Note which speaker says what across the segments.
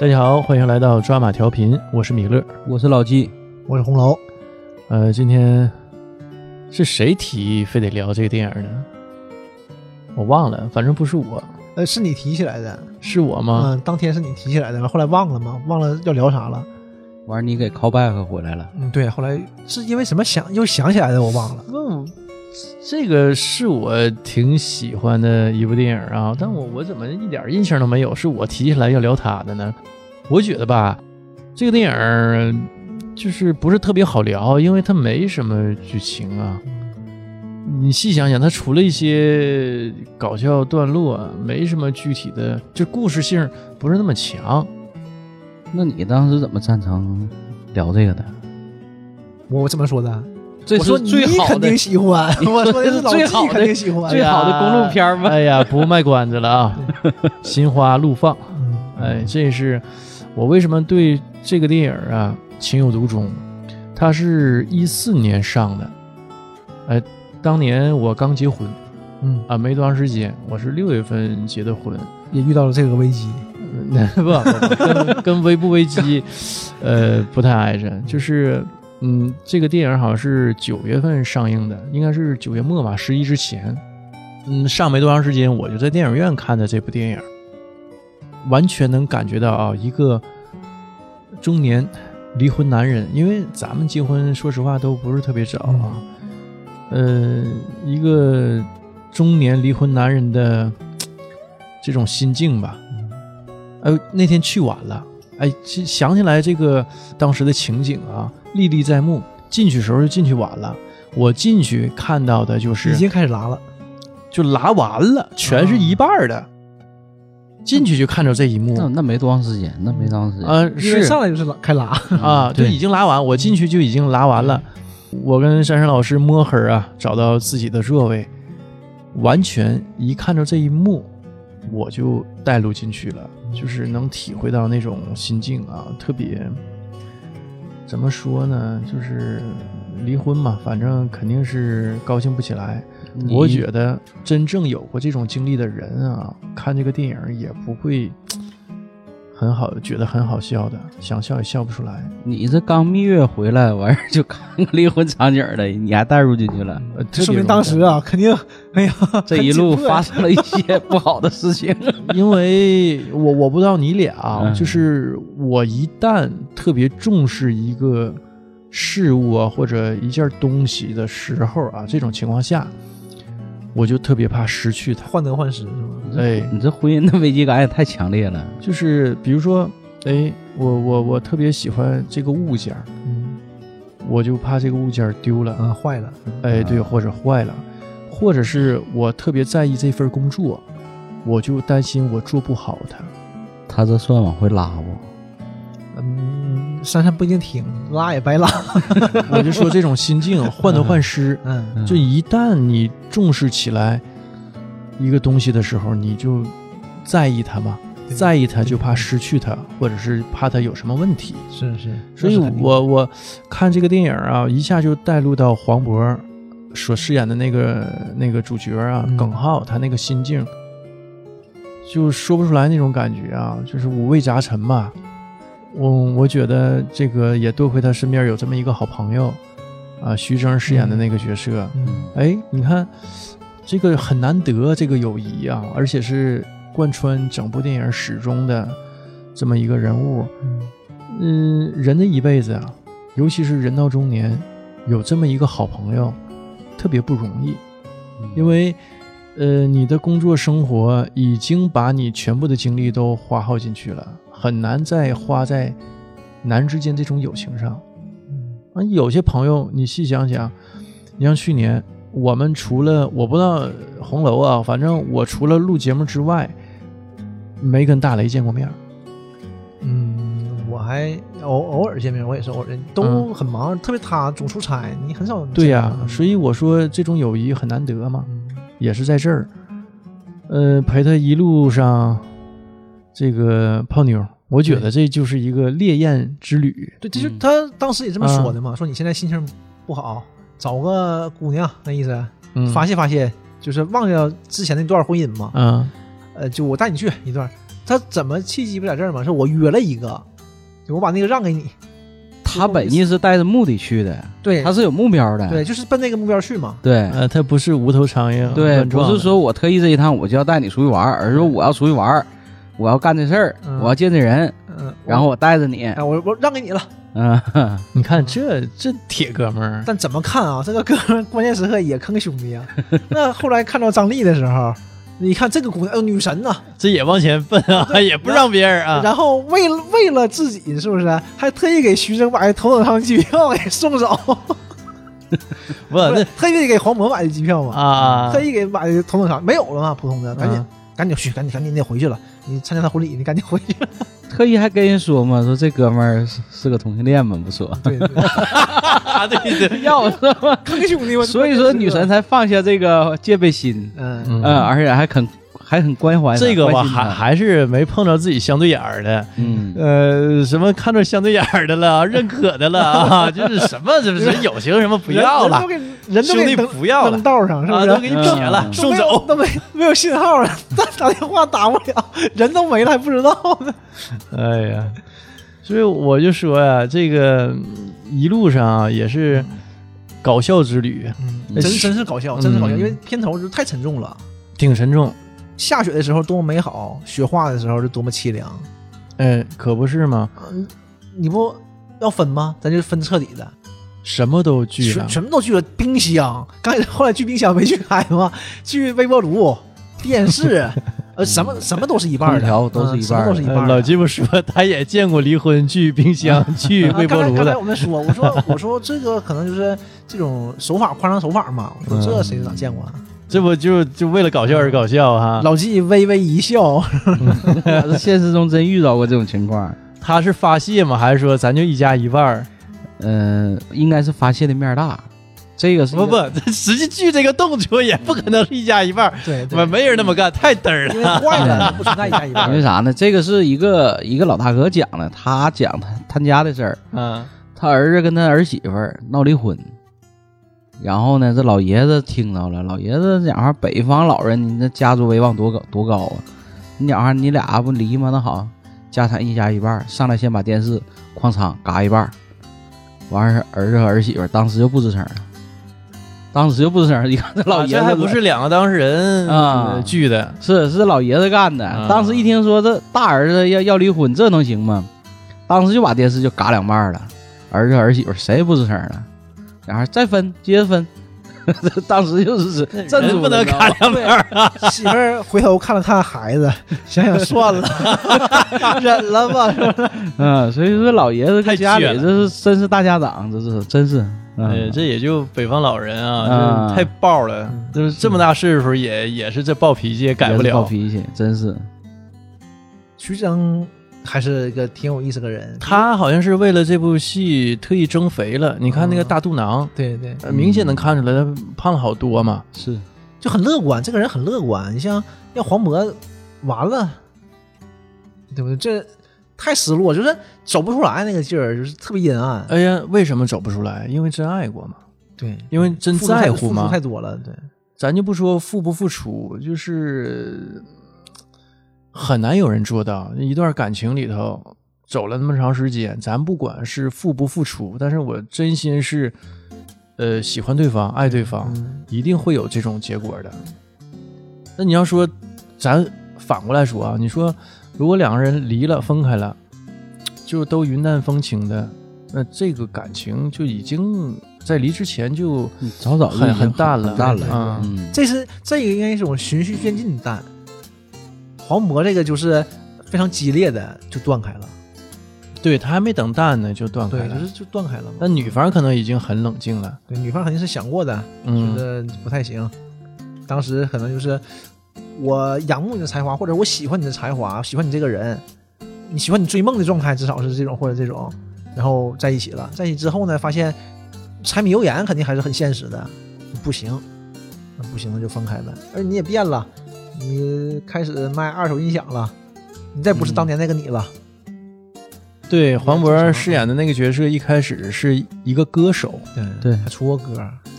Speaker 1: 大家好，欢迎来到抓马调频，我是米勒。
Speaker 2: 我是老纪，
Speaker 3: 我是红楼，
Speaker 1: 呃，今天是谁提议非得聊这个电影呢？我忘了，反正不是我，
Speaker 3: 呃，是你提起来的，
Speaker 1: 是我吗？
Speaker 3: 嗯，当天是你提起来的，后来忘了吗？忘了要聊啥了？
Speaker 2: 完儿你给 call back 回来了，
Speaker 3: 嗯，对，后来是因为什么想又想起来的，我忘了。
Speaker 1: 嗯，这个是我挺喜欢的一部电影啊，但我我怎么一点印象都没有？是我提起来要聊它的呢？我觉得吧，这个电影就是不是特别好聊，因为它没什么剧情啊。你细想想，它除了一些搞笑段落，没什么具体的，就故事性不是那么强。
Speaker 2: 那你当时怎么赞成聊这个的？
Speaker 3: 我我怎么说的？
Speaker 2: 这
Speaker 3: 我说
Speaker 2: 是最
Speaker 3: 你
Speaker 2: 好
Speaker 3: 肯
Speaker 2: 的
Speaker 3: 定喜欢，
Speaker 2: 你
Speaker 3: 我说的
Speaker 2: 是
Speaker 3: 老
Speaker 2: 最
Speaker 3: 纪
Speaker 2: 好的
Speaker 3: 肯定喜欢。
Speaker 2: 最好的公路片儿吗
Speaker 1: 哎呀，不卖关子了啊！心花怒放。
Speaker 3: 嗯
Speaker 1: 哎，这是我为什么对这个电影啊情有独钟。它是一四年上的，哎，当年我刚结婚
Speaker 3: 嗯，
Speaker 1: 啊，没多长时间，我是六月份结的婚。
Speaker 3: 也遇到了这个危机。
Speaker 1: 那 不不不跟跟危不危机，呃，不太挨着。就是嗯，这个电影好像是九月份上映的，应该是九月末吧，十一之前。嗯，上没多长时间，我就在电影院看的这部电影，完全能感觉到啊，一个中年离婚男人，因为咱们结婚，说实话都不是特别早啊，呃，一个中年离婚男人的这种心境吧，哎，那天去晚了，哎，其想起来这个当时的情景啊，历历在目。进去时候就进去晚了，我进去看到的就
Speaker 3: 已
Speaker 1: 是
Speaker 3: 经开啊始拉了，
Speaker 1: 就拉完了，全是一半儿的，进去就看着这一幕
Speaker 2: 那，那没多长时间，那没多长时间。嗯
Speaker 1: 啊，
Speaker 3: 嗯因为
Speaker 1: 是
Speaker 3: 上来就是拉开拉，
Speaker 1: 啊，就
Speaker 2: 对
Speaker 1: 已经拉完，我进去就已经拉完了。我跟珊珊老师摸黑儿啊，找到自己的座位，完全一看到这一幕，我就带入进去了，
Speaker 2: 嗯
Speaker 1: 就是能体会到那种心境啊，特别怎么说呢，就是离婚嘛，反正肯定是高兴不起来。
Speaker 2: 你
Speaker 1: 我觉得真正有过这种经历的人啊，看这个电影也不会很好，觉得很好笑的，想笑也笑不出来。
Speaker 2: 你这刚蜜月回来，完事儿就 看个离婚场景儿了，你还带入进 去了，
Speaker 1: 呃，
Speaker 3: 这
Speaker 1: 特
Speaker 3: 说
Speaker 1: 别
Speaker 3: 明当时 啊，肯定哎呀，
Speaker 2: 这一路
Speaker 3: 很紧迫
Speaker 2: 发生了一些不好的事情。
Speaker 1: 容易，因为我我不知道你俩啊，
Speaker 2: 嗯
Speaker 1: 就是我一旦特别重视一个事物啊或者一件东西的时候啊，这种情况下，我就特别怕失去它。
Speaker 3: 患得患失是吧？
Speaker 1: 哎，
Speaker 2: 你这婚姻的危机感也太强烈了。
Speaker 1: 就是比如说，哎，我我我特别喜欢这个物件儿，
Speaker 3: 嗯
Speaker 1: 我就怕这个物件儿丢了。
Speaker 3: 啊，坏了，
Speaker 1: 哎，对，或者坏了，或者是我特别在意这份工作，我就担心我做不好它。
Speaker 2: 他这算往回拉不？
Speaker 3: 嗯，珊珊不一定听，拉也白拉。
Speaker 1: 我就说这种心境患得患失，
Speaker 3: 嗯，
Speaker 1: 就一旦你重视起来一个东西的时候，你就在意它嘛，
Speaker 3: 嗯对
Speaker 1: 在意它就怕失去它，或者是怕它有什么问题。
Speaker 3: 是是，
Speaker 1: 所以
Speaker 3: 那是肯定
Speaker 1: 我我看这个电影啊，一下就带入到黄渤所饰演的那个那个主角啊，
Speaker 3: 嗯
Speaker 1: 耿浩他那个心境，就说不出来那种感觉啊，就是五味杂陈吧。我我觉得这个也多亏他身边有这么一个好朋友，啊，徐峥饰演的那个角色，
Speaker 3: 嗯
Speaker 1: 哎，你看，这个很难得，这个友谊啊，而且是贯穿整部电影始终的这么一个人物。
Speaker 3: 嗯
Speaker 1: 嗯，人的一辈子啊，尤其是人到中年，有这么一个好朋友，特别不容易，
Speaker 2: 嗯
Speaker 1: 因为。呃，你的工作生活已经把你全部的精力都花耗进去了，很难再花在男人之间这种友情上。
Speaker 3: 嗯
Speaker 1: 啊，有些朋友，你细想想，你像去年我们除了我不知道红楼啊，反正我除了录节目之外，没跟大雷见过面儿。
Speaker 3: 嗯，我还偶偶尔见面，我也是偶尔，都
Speaker 2: 嗯
Speaker 3: 很忙，特别他总出差，你很少
Speaker 1: 对呀、所
Speaker 3: 谁
Speaker 1: 以我说这种友谊很难得嘛，
Speaker 3: 嗯
Speaker 1: 也是在这儿，呃，陪他一路上这个泡妞儿，我觉得这就是一个烈焰之旅。
Speaker 3: 对，这就
Speaker 2: 嗯
Speaker 3: 他当时也这么说的嘛，说你现在心情不好，找个姑娘那意思，
Speaker 1: 嗯，
Speaker 3: 发泄发泄，就是忘掉之前那段婚姻嘛。
Speaker 1: 嗯
Speaker 3: 呃，就我带你去一段，他怎么契机不在这儿吗？是我约了一个，我把那个让给你。
Speaker 2: 他本意是带着目的去的，
Speaker 3: 对，
Speaker 2: 他是有目标的，
Speaker 3: 对，就是奔那个目标去嘛。
Speaker 2: 对
Speaker 1: 呃，他不是无头苍蝇，
Speaker 2: 对，
Speaker 1: 乱
Speaker 2: 不
Speaker 1: 撞
Speaker 2: 是
Speaker 1: 的
Speaker 2: 说我特意这一趟我就要带你出去玩儿，而是说我要出去玩儿，我要干这事儿，
Speaker 3: 嗯
Speaker 2: 我要见这人，
Speaker 3: 嗯，
Speaker 2: 然后我带着你
Speaker 3: 哎，，我我让给你了。
Speaker 2: 嗯，
Speaker 1: 你看这这铁哥们儿，
Speaker 3: 但怎么看啊？这个哥们儿关键时刻也坑兄弟啊。 那后来看到张丽的时候，你看这个姑娘，哎呦，女神呐、
Speaker 1: 这也往前奔啊，也不让别人啊。
Speaker 3: 然后为了为了自己，是不是还特意给徐峥买的头等舱机票给送走？
Speaker 1: 不，那
Speaker 3: 特意给黄渤买的机票嘛？
Speaker 1: 啊
Speaker 3: 特，意给买的头等舱没有了嘛？普通的，赶紧、
Speaker 1: 嗯
Speaker 3: 赶紧去，赶紧赶紧你得回去了。你参加他婚礼，你赶紧回去。
Speaker 2: 特意还跟人说嘛，说这哥们儿是是个同性恋嘛，不说
Speaker 3: 对，对
Speaker 1: 啊 对对，
Speaker 2: 要我 说嘛，
Speaker 3: 坑兄弟嘛。
Speaker 2: 所以说女神，才放下这个戒备心，
Speaker 3: 嗯，
Speaker 1: 嗯
Speaker 2: 嗯，而且还很还很关怀他
Speaker 1: 这个我
Speaker 2: 关心
Speaker 1: 还
Speaker 2: 他
Speaker 1: 还是没碰着自己相对眼儿的。
Speaker 2: 嗯，
Speaker 1: 呃，什么看着相对眼儿的了，认可的了啊， 就是什么这是友情什么不要了
Speaker 3: 人都给人都
Speaker 1: 兄弟
Speaker 3: 给
Speaker 1: 不要了
Speaker 3: 扔道上是不
Speaker 1: 啊，
Speaker 3: 是？
Speaker 1: 都给你撇了，
Speaker 2: 嗯
Speaker 3: 都
Speaker 1: 送
Speaker 3: 没有
Speaker 1: 走。
Speaker 3: 都没没有信号了， 打打电话打不了，人都没了还不知道呢。
Speaker 1: 哎呀，所以我就说呀、这个嗯一路上啊也是搞笑之旅，
Speaker 2: 嗯
Speaker 3: 真真是搞笑，真是搞笑，
Speaker 1: 嗯
Speaker 3: 因为片头就太沉重了。
Speaker 1: 挺沉重。
Speaker 3: 下雪的时候多么美好，雪化的时候是多么凄凉。
Speaker 1: 嗯，可不是吗？
Speaker 3: 嗯，你不要分吗？咱就分彻底的，
Speaker 1: 什么都聚
Speaker 3: 全
Speaker 1: 了，
Speaker 3: 全部都去了冰箱。刚开始后来去冰箱没去开嘛，去微波炉、电视，呃，什么什么都是一半儿的，
Speaker 2: 空调都是
Speaker 3: 嗯
Speaker 2: 一
Speaker 3: 什
Speaker 2: 半儿
Speaker 3: 么
Speaker 2: 的
Speaker 3: 都是一半
Speaker 1: 呃
Speaker 3: 儿
Speaker 1: 老
Speaker 3: 的。
Speaker 1: 鸡巴说他也见过离婚去冰箱、去微波
Speaker 3: 啊、
Speaker 1: 炉
Speaker 3: 刚才刚才
Speaker 1: 的，
Speaker 3: 我们说，我说我说这个可能就是这种手法夸张手法嘛。我说这
Speaker 1: 嗯
Speaker 3: 谁哪见过啊？
Speaker 1: 这不就就为了搞笑而搞笑哈、
Speaker 3: 老纪微微一笑，
Speaker 2: 我嗯现实中真遇到过这种情况，
Speaker 1: 他是发泄吗？还是说咱就一家一半儿？
Speaker 2: 嗯，应该是发泄的面儿大，这个是
Speaker 1: 不不，这实际剧这个动作也不可能是一家一半儿，
Speaker 3: 对对
Speaker 1: 没，没人那么干，太嘚儿了。
Speaker 3: 因为坏了不存在一家一半
Speaker 2: 因
Speaker 1: 嗯
Speaker 2: 为
Speaker 3: 儿。
Speaker 2: 啥呢？这个是一个一个老大哥讲的，他讲他他家的事儿，
Speaker 1: 嗯
Speaker 2: 他儿子跟他儿媳妇儿闹离婚，然后呢，这老爷子听到了，老爷子讲话，北方老人，你那家族威望多高多高啊？你讲话，你俩不离吗？那好，家产一家一半儿，上来先把电视哐嚓嘎一半儿，完事儿儿子和儿媳妇儿当时就不吱声了，当时就不吱声了。你看这老
Speaker 1: 啊
Speaker 2: 爷
Speaker 1: 这
Speaker 2: 子
Speaker 1: 还不是两个当事人
Speaker 2: 啊
Speaker 1: 呃聚的，
Speaker 2: 是是老爷子干的。
Speaker 1: 啊
Speaker 2: 当时一听说这大儿子要要离婚，这能行吗？当时就把电视就嘎两半儿了，儿子儿媳妇谁也不吱声了，然后再分，接着分。 当时就是镇
Speaker 1: 人
Speaker 2: 住
Speaker 1: 不能
Speaker 2: 看
Speaker 1: 干两 半儿啊。
Speaker 3: 媳妇儿回头看了看孩子，想想算了，忍了吧。是吧
Speaker 2: 嗯，所以说老爷子
Speaker 1: 太
Speaker 2: 跟家里
Speaker 1: 倔了
Speaker 2: 这是真是大家长，这是真是，
Speaker 1: 哎
Speaker 2: 嗯，
Speaker 1: 这也就北方老人啊，
Speaker 2: 啊
Speaker 1: 这太暴了，就是这么大岁数也也是这暴脾气也改不
Speaker 2: 也是暴
Speaker 1: 了。
Speaker 2: 脾气，真是
Speaker 3: 徐峥还是一个挺有意思个人，
Speaker 1: 他好像是为了这部戏特意增肥了，你看那个
Speaker 3: 嗯
Speaker 1: 大肚囊，
Speaker 3: 对对，
Speaker 1: 呃明显能看出来他胖了好多嘛。
Speaker 2: 是
Speaker 3: 就很乐观，这个人很乐观。你像要黄渤，完了，对不对？这太失落，就是走不出来那个劲儿，就是特别阴暗。
Speaker 1: 哎呀，为什么走不出来？因为真爱过嘛，
Speaker 3: 对，
Speaker 1: 因为真
Speaker 3: 付出太
Speaker 1: 在乎
Speaker 3: 付
Speaker 1: 嘛
Speaker 3: 出太。多了。对，
Speaker 1: 咱就不说付不付出，就是很难有人做到。一段感情里头走了那么长时间，咱不管是付不付出，但是我真心是，呃，喜欢对方，爱对方，
Speaker 3: 嗯
Speaker 1: 一定会有这种结果的。那你要说，咱反过来说啊，你说如果两个人离了、分开了，就都云淡风轻的，那这个感情就已经在离之前就
Speaker 2: 你嗯早早就
Speaker 1: 很
Speaker 2: 已经
Speaker 1: 很淡了
Speaker 2: 很淡了，
Speaker 1: 嗯
Speaker 2: 嗯，
Speaker 3: 这是这个应该是一种循序渐进的淡。黄渤这个就是非常激烈的就断开了，
Speaker 1: 对他还没等淡呢就断开
Speaker 3: 对，
Speaker 1: 了。
Speaker 3: 就是就断开了嘛。
Speaker 1: 那女方可能已经很冷静了，
Speaker 3: 对，女方肯定是想过的，觉
Speaker 1: 嗯，
Speaker 3: 得不太行。当时可能就是我仰慕你的才华，或者我喜欢你的才华，喜欢你这个人，你喜欢你追梦的状态，至少是这种或者这种，然后在一起了。在一起之后呢，发现柴米油盐肯定还是很现实的，不行，那不行那就分开呗。而你也变了，你开始卖二手音响了，你再不是当年那个你了。
Speaker 1: 对，黄渤
Speaker 3: 嗯
Speaker 1: 饰演的那个角色一开始是一个歌手，
Speaker 3: 对
Speaker 2: 对
Speaker 3: 还出过歌，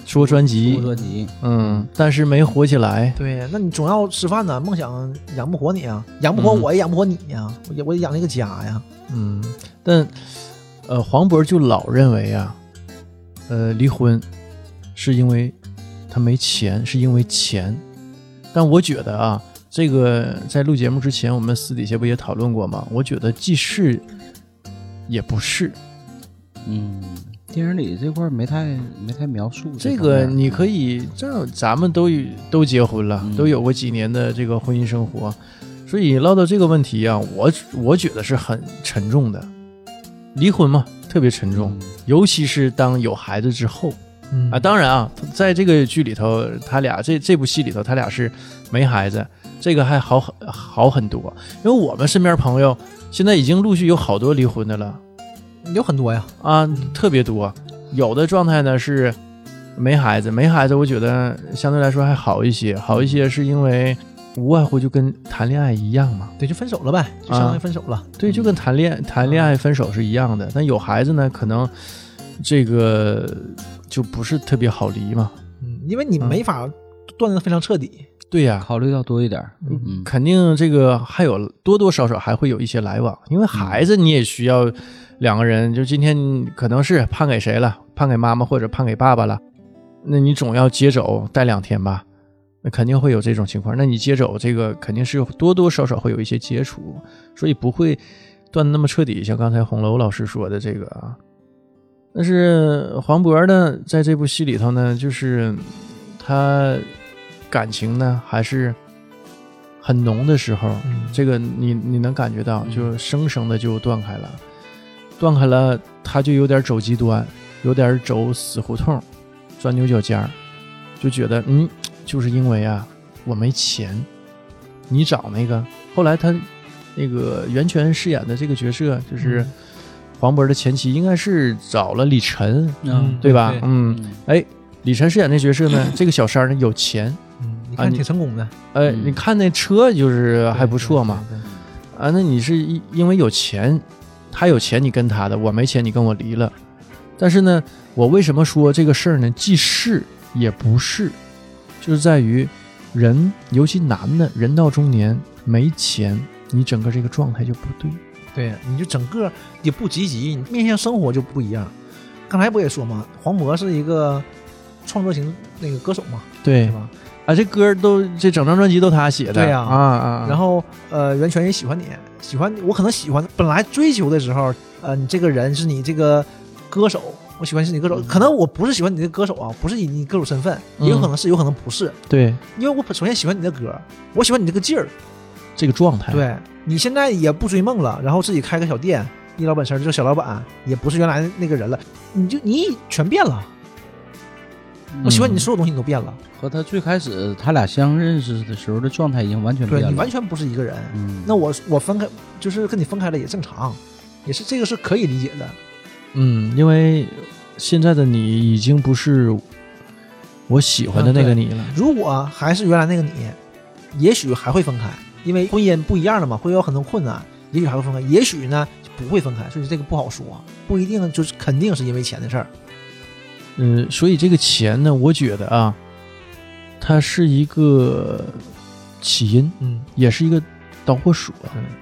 Speaker 1: 说专
Speaker 2: 出
Speaker 1: 辑，
Speaker 2: 专辑，
Speaker 1: 嗯，但是没火起来，
Speaker 3: 对呀，那你总要吃饭呢，梦想养不活你啊，养不活
Speaker 1: 嗯
Speaker 3: 我也养不活你呀、我也我也养这个家呀。
Speaker 1: 嗯，但呃，黄渤就老认为啊，呃，离婚是因为他没钱，是因为钱。但我觉得啊，这个在录节目之前，我们私底下不也讨论过吗？我觉得既是也不是，
Speaker 2: 嗯，电影里这块儿没太没太描述
Speaker 1: 这
Speaker 2: 方
Speaker 1: 个
Speaker 2: 面
Speaker 1: 你可，以，这咱们都有都结婚了，
Speaker 2: 嗯
Speaker 1: 都有过几年的这个婚姻生活，所以唠到这个问题啊，我我觉得是很沉重的，离婚嘛，特别沉重。
Speaker 2: 嗯
Speaker 1: 尤其是当有孩子之后
Speaker 3: 嗯
Speaker 1: 啊，当然啊，在这个剧里头，他俩这这部戏里头，他俩是没孩子，这个还好很好很多，因为我们身边朋友现在已经陆续有好多离婚的了
Speaker 3: 有很多呀，
Speaker 1: 啊，特别多，有的状态呢是没孩子，没孩子，我觉得相对来说还好一些，好一些是因为无外乎就跟谈恋爱一样嘛，
Speaker 3: 对，就分手了呗，
Speaker 1: 啊
Speaker 3: 就相当于分手了。
Speaker 1: 对，就跟谈恋谈恋爱分手是一样的，但有孩子呢，可能这个就不是特别好离嘛。
Speaker 3: 嗯，因为你
Speaker 1: 啊
Speaker 3: 没法断的非常彻底。
Speaker 1: 对呀、
Speaker 2: 考虑到多一点儿，嗯，
Speaker 1: 肯定这个还有多多少少还会有一些来往，因为孩子你也需要两个人，就今天可能是判给谁了，判给妈妈或者判给爸爸了，那你总要接走待两天吧。那肯定会有这种情况，那你接走这个肯定是多多少少会有一些接触，所以不会断的那么彻底，像刚才红楼老师说的这个啊。但是黄渤呢，在这部戏里头呢，就是他感情呢还是很浓的时候，
Speaker 3: 嗯
Speaker 1: 这个你你能感觉到，
Speaker 2: 嗯
Speaker 1: 就生生的就断开了，断开了，他就有点走极端，有点走死胡同，钻牛角尖儿，就觉得嗯，就是因为啊，我没钱，你找那个。后来他那个袁泉饰演的这个角色，
Speaker 3: 嗯
Speaker 1: 就是黄渤的前妻，应该是找了李晨，
Speaker 3: 嗯
Speaker 1: 对吧？嗯，
Speaker 2: 嗯，
Speaker 1: 李晨饰演那角色呢，这个小三儿呢有钱，
Speaker 3: 嗯，你
Speaker 1: 啊
Speaker 3: 看
Speaker 1: 你
Speaker 3: 挺成功的，
Speaker 1: 呃，
Speaker 2: 嗯
Speaker 1: 你看那车就是还不错嘛，
Speaker 3: 对。对对
Speaker 1: 啊，那你是因因为有钱，他有钱你跟他的，我没钱你跟我离了。但是呢，我为什么说这个事儿呢？既是也不是，就是在于人，尤其男的，人到中年没钱，你整个这个状态就不对。
Speaker 3: 对，你就整个也不积极，你面向生活就不一样。刚才不也说嘛，黄渤是一个创作型那个歌手嘛，
Speaker 1: 对
Speaker 3: 对吧？
Speaker 1: 啊，这歌都这整张专辑都他写的。
Speaker 3: 对呀
Speaker 1: 啊啊。
Speaker 3: 然后呃，袁泉也喜欢你，喜欢你我可能喜欢，本来追求的时候，呃，你这个人是你这个歌手，我喜欢是你歌手，可能我不是喜欢你这个歌手啊，不是以你歌手身份，也有
Speaker 1: 嗯
Speaker 3: 可能是，有可能不是，
Speaker 1: 对
Speaker 3: 因为我首先喜欢你的歌，我喜欢你这个劲儿，
Speaker 1: 这个状态。
Speaker 3: 对你现在也不追梦了，然后自己开个小店，一老本身就是小老板，也不是原来那个人了，你就你全变了。
Speaker 2: 嗯
Speaker 3: 我喜欢你所有东西你都变了，
Speaker 2: 和他最开始他俩相认识的时候的状态已经完全变
Speaker 3: 对
Speaker 2: 了，
Speaker 3: 你完全不是一个人。
Speaker 2: 嗯，
Speaker 3: 那我我分开就是跟你分开了也正常，也是这个是可以理解的。
Speaker 1: 嗯，因为现在的你已经不是我喜欢的
Speaker 3: 嗯
Speaker 1: 那个你了。
Speaker 3: 如果还是原来那个你，也许还会分开，因为婚姻不一样了嘛，会有很多困难，也许还会分开，也许呢不会分开，所以这个不好说，不一定就是肯定是因为钱的事儿。
Speaker 1: 嗯，所以这个钱呢，我觉得啊，它是一个起因，
Speaker 3: 嗯，
Speaker 1: 也是一个导火索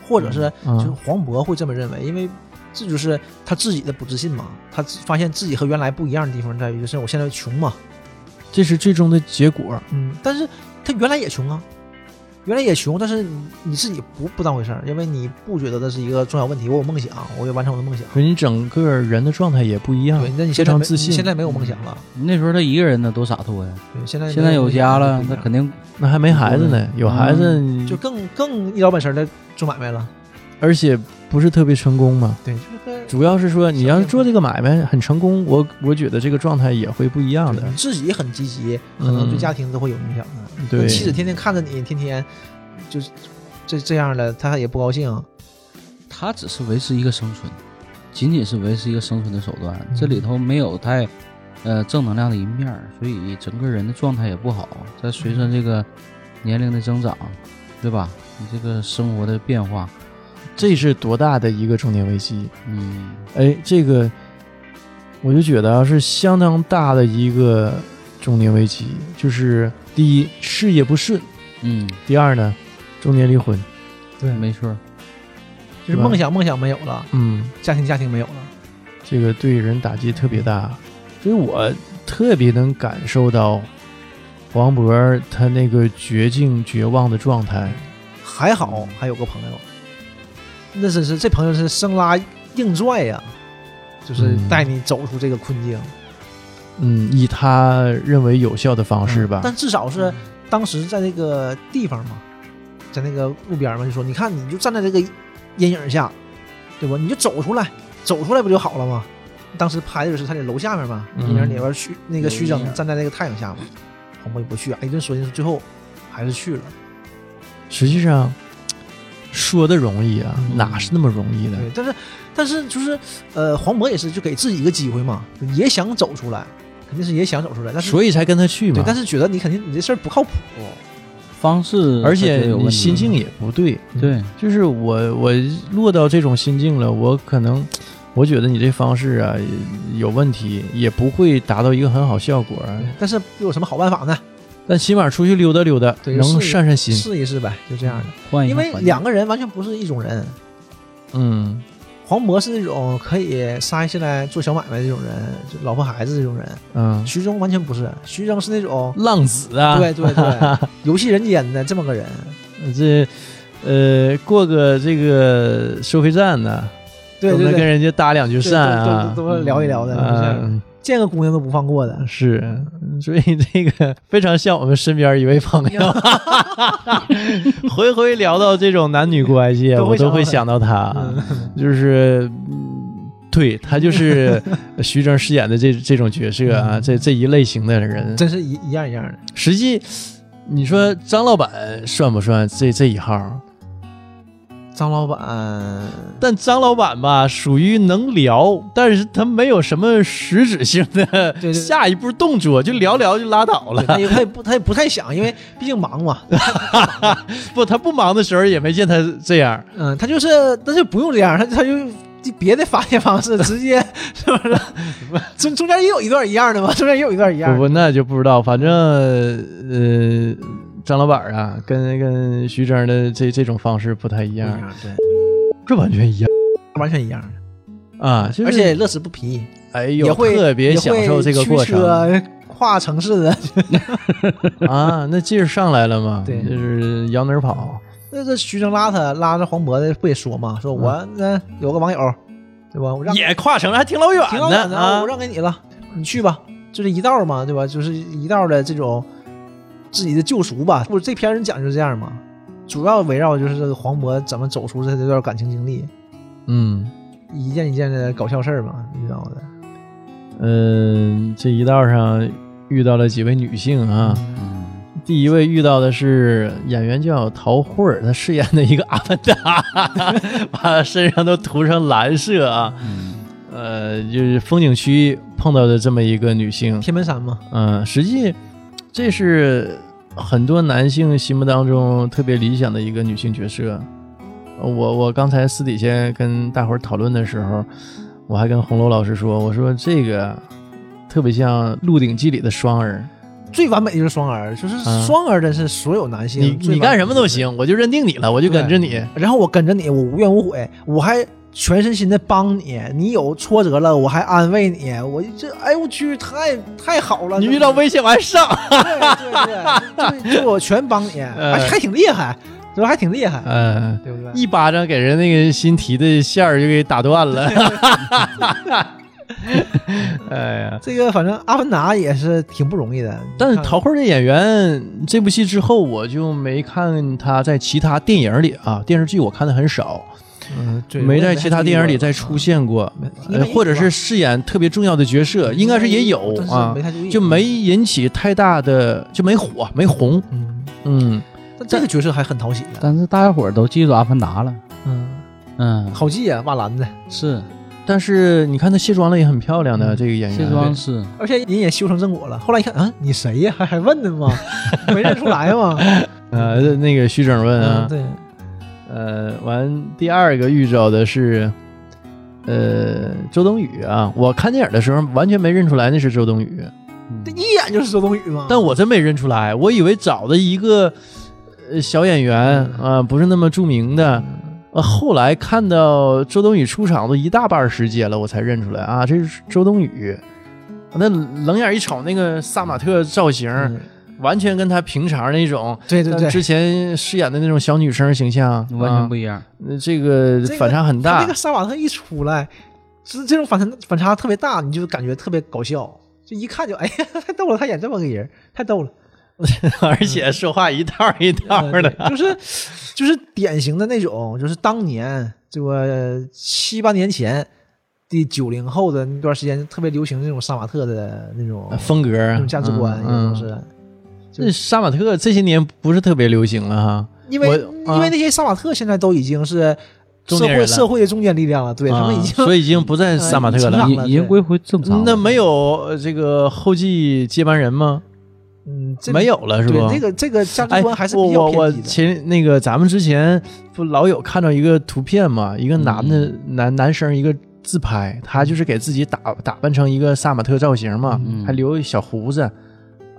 Speaker 3: 或者是
Speaker 1: 啊
Speaker 3: 就是黄渤会这么认为，因为这就是他自己的不自信嘛，他自发现自己和原来不一样的地方在于就是我现在穷嘛，
Speaker 1: 这是最终的结果。
Speaker 3: 嗯，但是他原来也穷啊，原来也穷，但是你你自己不不当回事儿，因为你不觉得这是一个重要问题。我有梦想，我也完成我的梦想。
Speaker 1: 所以你整个人的状态也不一样
Speaker 3: 对，，那你
Speaker 1: 非
Speaker 3: 现在
Speaker 1: 常
Speaker 3: 没
Speaker 1: 自
Speaker 3: 你
Speaker 1: 信。
Speaker 3: 现在没有梦想了，
Speaker 2: 那时候他一个人呢，多洒脱呀！
Speaker 3: 对，现在
Speaker 2: 现在有家了，
Speaker 3: 那
Speaker 2: 那肯定
Speaker 1: 那还没孩子呢，有孩子你
Speaker 3: 嗯就更更一老本身的做买卖了。
Speaker 1: 而且不是特别成功嘛。
Speaker 3: 对，就是个
Speaker 1: 主要是说你要是做这个买卖很成功，我我觉得这个状态也会不一样的
Speaker 3: 对。你自己很积极，可能
Speaker 1: 嗯
Speaker 3: 对家庭都会有影响的。
Speaker 1: 对，
Speaker 3: 妻子天天看着你，天天就是这这样的，她也不高兴。
Speaker 2: 他只是维持一个生存，仅仅是维持一个生存的手段，
Speaker 3: 嗯
Speaker 2: 这里头没有太呃正能量的一面儿，所以整个人的状态也不好。再随着这个年龄的增长，对吧？你这个生活的变化，
Speaker 1: 这是多大的一个中年危机？
Speaker 2: 嗯，
Speaker 1: 哎，这个我就觉得啊，是相当大的一个中年危机，就是第一事业不顺，
Speaker 2: 嗯，
Speaker 1: 第二呢中年离婚，
Speaker 3: 对，
Speaker 2: 没错儿，
Speaker 3: 就是梦想梦想没有了，
Speaker 1: 嗯，
Speaker 3: 家庭家庭没有了，
Speaker 1: 这个对人打击特别大，所以我特别能感受到黄渤他那个绝境绝望的状态。
Speaker 3: 还好还有个朋友，那真是这朋友是生拉硬拽呀、就是
Speaker 1: 嗯
Speaker 3: 带你走出这个困境。
Speaker 1: 嗯，以他认为有效的方式吧。
Speaker 3: 嗯但至少是当时在那个地方嘛，在那个路边嘛，就说你看你就站在这个阴影下，对吧？你就走出来，走出来不就好了吗？当时拍的是他在楼下面嘛，
Speaker 1: 嗯
Speaker 3: 阴影里边虚那个虚
Speaker 2: 有阴影
Speaker 3: 征站在那个太阳下嘛，黄渤也不去，哎，一顿说，最后还是去了。
Speaker 1: 实际上说的容易啊，哪是那么容易的？
Speaker 3: 嗯对，但是但是就是呃，黄渤也是就给自己一个机会嘛，也想走出来，肯定是也想走出来，但是
Speaker 1: 所以才跟他去
Speaker 3: 对
Speaker 1: 嘛，。嗯
Speaker 3: 但是觉得你肯定你这事儿不靠谱，
Speaker 2: 方式
Speaker 1: 而
Speaker 2: 他觉
Speaker 1: 且
Speaker 2: 得有问
Speaker 1: 你
Speaker 2: 题
Speaker 1: 心境也不对，
Speaker 2: 对，
Speaker 1: 就是我我落到这种心境了，我可能我觉得你这方式啊有问题，也不会达到一个很好效果啊。
Speaker 3: 但是又有什么好办法呢？
Speaker 1: 但起码出去溜达溜达，
Speaker 3: 对
Speaker 1: 能
Speaker 3: 是
Speaker 1: 散散心。
Speaker 3: 试一试呗，就这样的。
Speaker 2: 换一
Speaker 3: 因
Speaker 2: 个
Speaker 3: 为
Speaker 2: 环境
Speaker 3: 两个人完全不是一种人。
Speaker 1: 嗯
Speaker 3: 黄渤是那种可以杀下来做小买卖这种人，就老婆孩子这种人。
Speaker 1: 嗯，
Speaker 3: 徐峥完全不是，徐峥是那种、
Speaker 1: 浪子啊，
Speaker 3: 对对 对，游戏人间的这么个人。
Speaker 1: 这呃过个这个收费站呢，
Speaker 3: 对
Speaker 1: 都
Speaker 3: 对
Speaker 1: 能跟
Speaker 3: 对，
Speaker 1: 人家搭两句
Speaker 3: 对
Speaker 1: 讪啊
Speaker 3: 都，都都聊一聊的，就是
Speaker 1: 嗯。
Speaker 3: 见个姑娘都不放过的。
Speaker 1: 是，所以这个非常像我们身边一位朋 友， 回回聊到这种男女关系，
Speaker 3: 都会
Speaker 1: 我都
Speaker 3: 想
Speaker 1: 会想到
Speaker 3: 到他嗯
Speaker 1: 他，啊就是。嗯对他就是 徐峥饰演的这这种角色
Speaker 3: 嗯
Speaker 1: 啊，这这一类型的人，
Speaker 3: 真是一一样一样的，
Speaker 1: 实际你说张老板算不算这这一号？
Speaker 3: 张老板
Speaker 1: 但张老板吧，属于能聊，但是他没有什么实质性的
Speaker 3: 对对
Speaker 1: 下一步动作，就聊聊就拉倒了
Speaker 3: 对。他也他也不他也不太想，因为毕竟忙嘛，
Speaker 1: 不，他不忙的时候也没见他这样。
Speaker 3: 嗯，他就是那就不用这样，他他就别的发泄方式，直接是不是？中中间也有一段一样的嘛，中间也有一段一样
Speaker 1: 不
Speaker 3: 的。
Speaker 1: 不，那就不知道。反正呃，张老板啊，跟跟徐峥的这这种方式不太一
Speaker 3: 一
Speaker 1: 样，，
Speaker 3: 对，
Speaker 1: 这完全一样
Speaker 3: 完全一样，
Speaker 1: 啊。就是、
Speaker 3: 而且乐此不疲，
Speaker 1: 哎
Speaker 3: 也
Speaker 1: 呦，
Speaker 3: 会
Speaker 1: 特别享受这个过程
Speaker 3: 也会驱车啊跨城市的，
Speaker 1: 啊。那劲儿上来了嘛，
Speaker 3: 对
Speaker 1: 就是摇哪儿跑。
Speaker 3: 那这徐峥拉他拉着黄渤的不也说嘛，
Speaker 1: 嗯
Speaker 3: 说我那有个网友，对吧？我让
Speaker 1: 也跨城还挺老远
Speaker 3: 挺老远的，
Speaker 1: 啊
Speaker 3: 我。让给你了，你去吧，就这一道嘛，对吧？就是一道的这种自己的救赎吧。不，这片人讲就是这样嘛，主要围绕就是这个黄渤怎么走出他这段感情经历，
Speaker 1: 嗯
Speaker 3: 一件一件的搞笑事儿嘛，你知道的。
Speaker 1: 嗯、这一道上遇到了几位女性啊。
Speaker 2: 嗯
Speaker 1: 第一位遇到的是演员叫陶慧儿，她饰演的一个阿凡达，把身上都涂成蓝色啊。
Speaker 2: 嗯
Speaker 1: 呃，就是风景区碰到的这么一个女性，
Speaker 3: 天门山嘛，
Speaker 1: 嗯、实际这是很多男性心目当中特别理想的一个女性角色。呃我我刚才私底下跟大伙儿讨论的时候，我还跟红楼老师说，我说这个特别像《鹿鼎记》里的双儿，
Speaker 3: 最完美就是双儿，就是
Speaker 1: 嗯
Speaker 3: 双儿真是所有男性
Speaker 1: 你
Speaker 3: 最
Speaker 1: 你
Speaker 3: 完
Speaker 1: 干
Speaker 3: 美
Speaker 1: 什么都行，我就认定你了，我就跟着你。
Speaker 3: 然后我跟着你，我无怨无悔，我还全身心的帮你，你有挫折了我还安慰你，我这哎我去太太好了，
Speaker 1: 你遇到危险我还上，
Speaker 3: 对对 对，就就我全帮你，而且还挺厉害，对吧？还挺厉害，
Speaker 1: 呃嗯、
Speaker 3: 对不对？
Speaker 1: 一巴掌给人那个新提的线儿就给打断了。 哎呀，
Speaker 3: 这个反正阿凡达也是挺不容易的，
Speaker 1: 但是
Speaker 3: 你看
Speaker 1: 陶慧的演员这部戏之后，我就没看她在其他电影里啊，电视剧我看的很少，
Speaker 3: 嗯对
Speaker 1: 没在其他电影里再出，现过，
Speaker 3: 嗯没
Speaker 1: 呃，或者是饰演特别重要的角色，应该是也有
Speaker 3: 但是
Speaker 1: 啊
Speaker 3: 没，太注意
Speaker 1: 就没。引起太大的，就没火，没红，
Speaker 3: 嗯，
Speaker 1: 嗯。
Speaker 3: 但这个角色还很讨喜的，
Speaker 2: 但是大家伙儿都记住阿凡达了，
Speaker 3: 嗯，
Speaker 2: 嗯，
Speaker 3: 好记啊，瓦蓝的，
Speaker 2: 是
Speaker 1: 但是你看她卸妆了也很漂亮的、这个演员，
Speaker 2: 卸妆师，
Speaker 3: 而且人也修成正果了。后来一看啊，你谁呀？还还问呢吗？ 没认出来吗？
Speaker 1: 呃，那个徐峥问啊
Speaker 3: 嗯，，对，
Speaker 1: 呃，完第二个遇着的是，呃，周冬雨啊，我看电影的时候完全没认出来那是周冬雨，
Speaker 2: 嗯
Speaker 3: 这一眼就是周冬雨嘛。
Speaker 1: 但我真没认出来，我以为找的一个呃小演员
Speaker 3: 嗯
Speaker 1: 啊、不是那么著名的。呃，后来看到周冬雨出场都一大半时间了，我才认出来啊，这是周冬雨。那冷眼一瞅，那个萨马特造型、
Speaker 3: 嗯
Speaker 1: 完全跟她平常那种
Speaker 3: 对对对，
Speaker 1: 呃之前饰演的那种小女生形象
Speaker 2: 完全不
Speaker 1: 啊
Speaker 2: 一样。
Speaker 1: 呃这个
Speaker 3: 这个
Speaker 1: 反差很
Speaker 3: 他
Speaker 1: 大。
Speaker 3: 那个杀马特一出来，这这种反差反差特别大，你就感觉特别搞笑，就一看就哎呀太逗了，他演这么个人 太逗了，
Speaker 1: 而且说话一套一套
Speaker 3: 呃
Speaker 1: 的，
Speaker 3: 对就是就是典型的那种，就是当年这个七八年前的九零后的那段时间特别流行那种杀马特的那种
Speaker 1: 呃风格
Speaker 3: 那种价值观，有
Speaker 1: 嗯
Speaker 3: 种
Speaker 1: 嗯
Speaker 3: 是。
Speaker 1: 这杀马特这些年不是特别流行了哈，
Speaker 3: 因为、
Speaker 1: 我嗯
Speaker 3: 因为那些杀马特现在都已经是
Speaker 1: 中
Speaker 3: 社
Speaker 1: 年人
Speaker 3: 会
Speaker 1: 了
Speaker 3: 社会的中坚力量了，对、他们已
Speaker 1: 啊
Speaker 3: 经
Speaker 1: 所以已经不在杀马特
Speaker 3: 呃已
Speaker 1: 了
Speaker 3: 经。
Speaker 2: 已已经归回正常了。
Speaker 1: 那没有呃这个后继接班人吗？
Speaker 3: 嗯这
Speaker 1: 没有了是
Speaker 3: 对
Speaker 1: 不？
Speaker 3: 这个这个价值
Speaker 1: 哎，
Speaker 3: 观还是
Speaker 1: 我
Speaker 3: 比较
Speaker 1: 我我
Speaker 3: 偏激的。
Speaker 1: 前那个咱们之前不老有看到一个图片嘛，一个男的、
Speaker 3: 嗯
Speaker 1: 男男生一个自拍，他就是给自己打打扮成一个杀马特造型嘛，
Speaker 2: 嗯
Speaker 1: 还留一小胡子。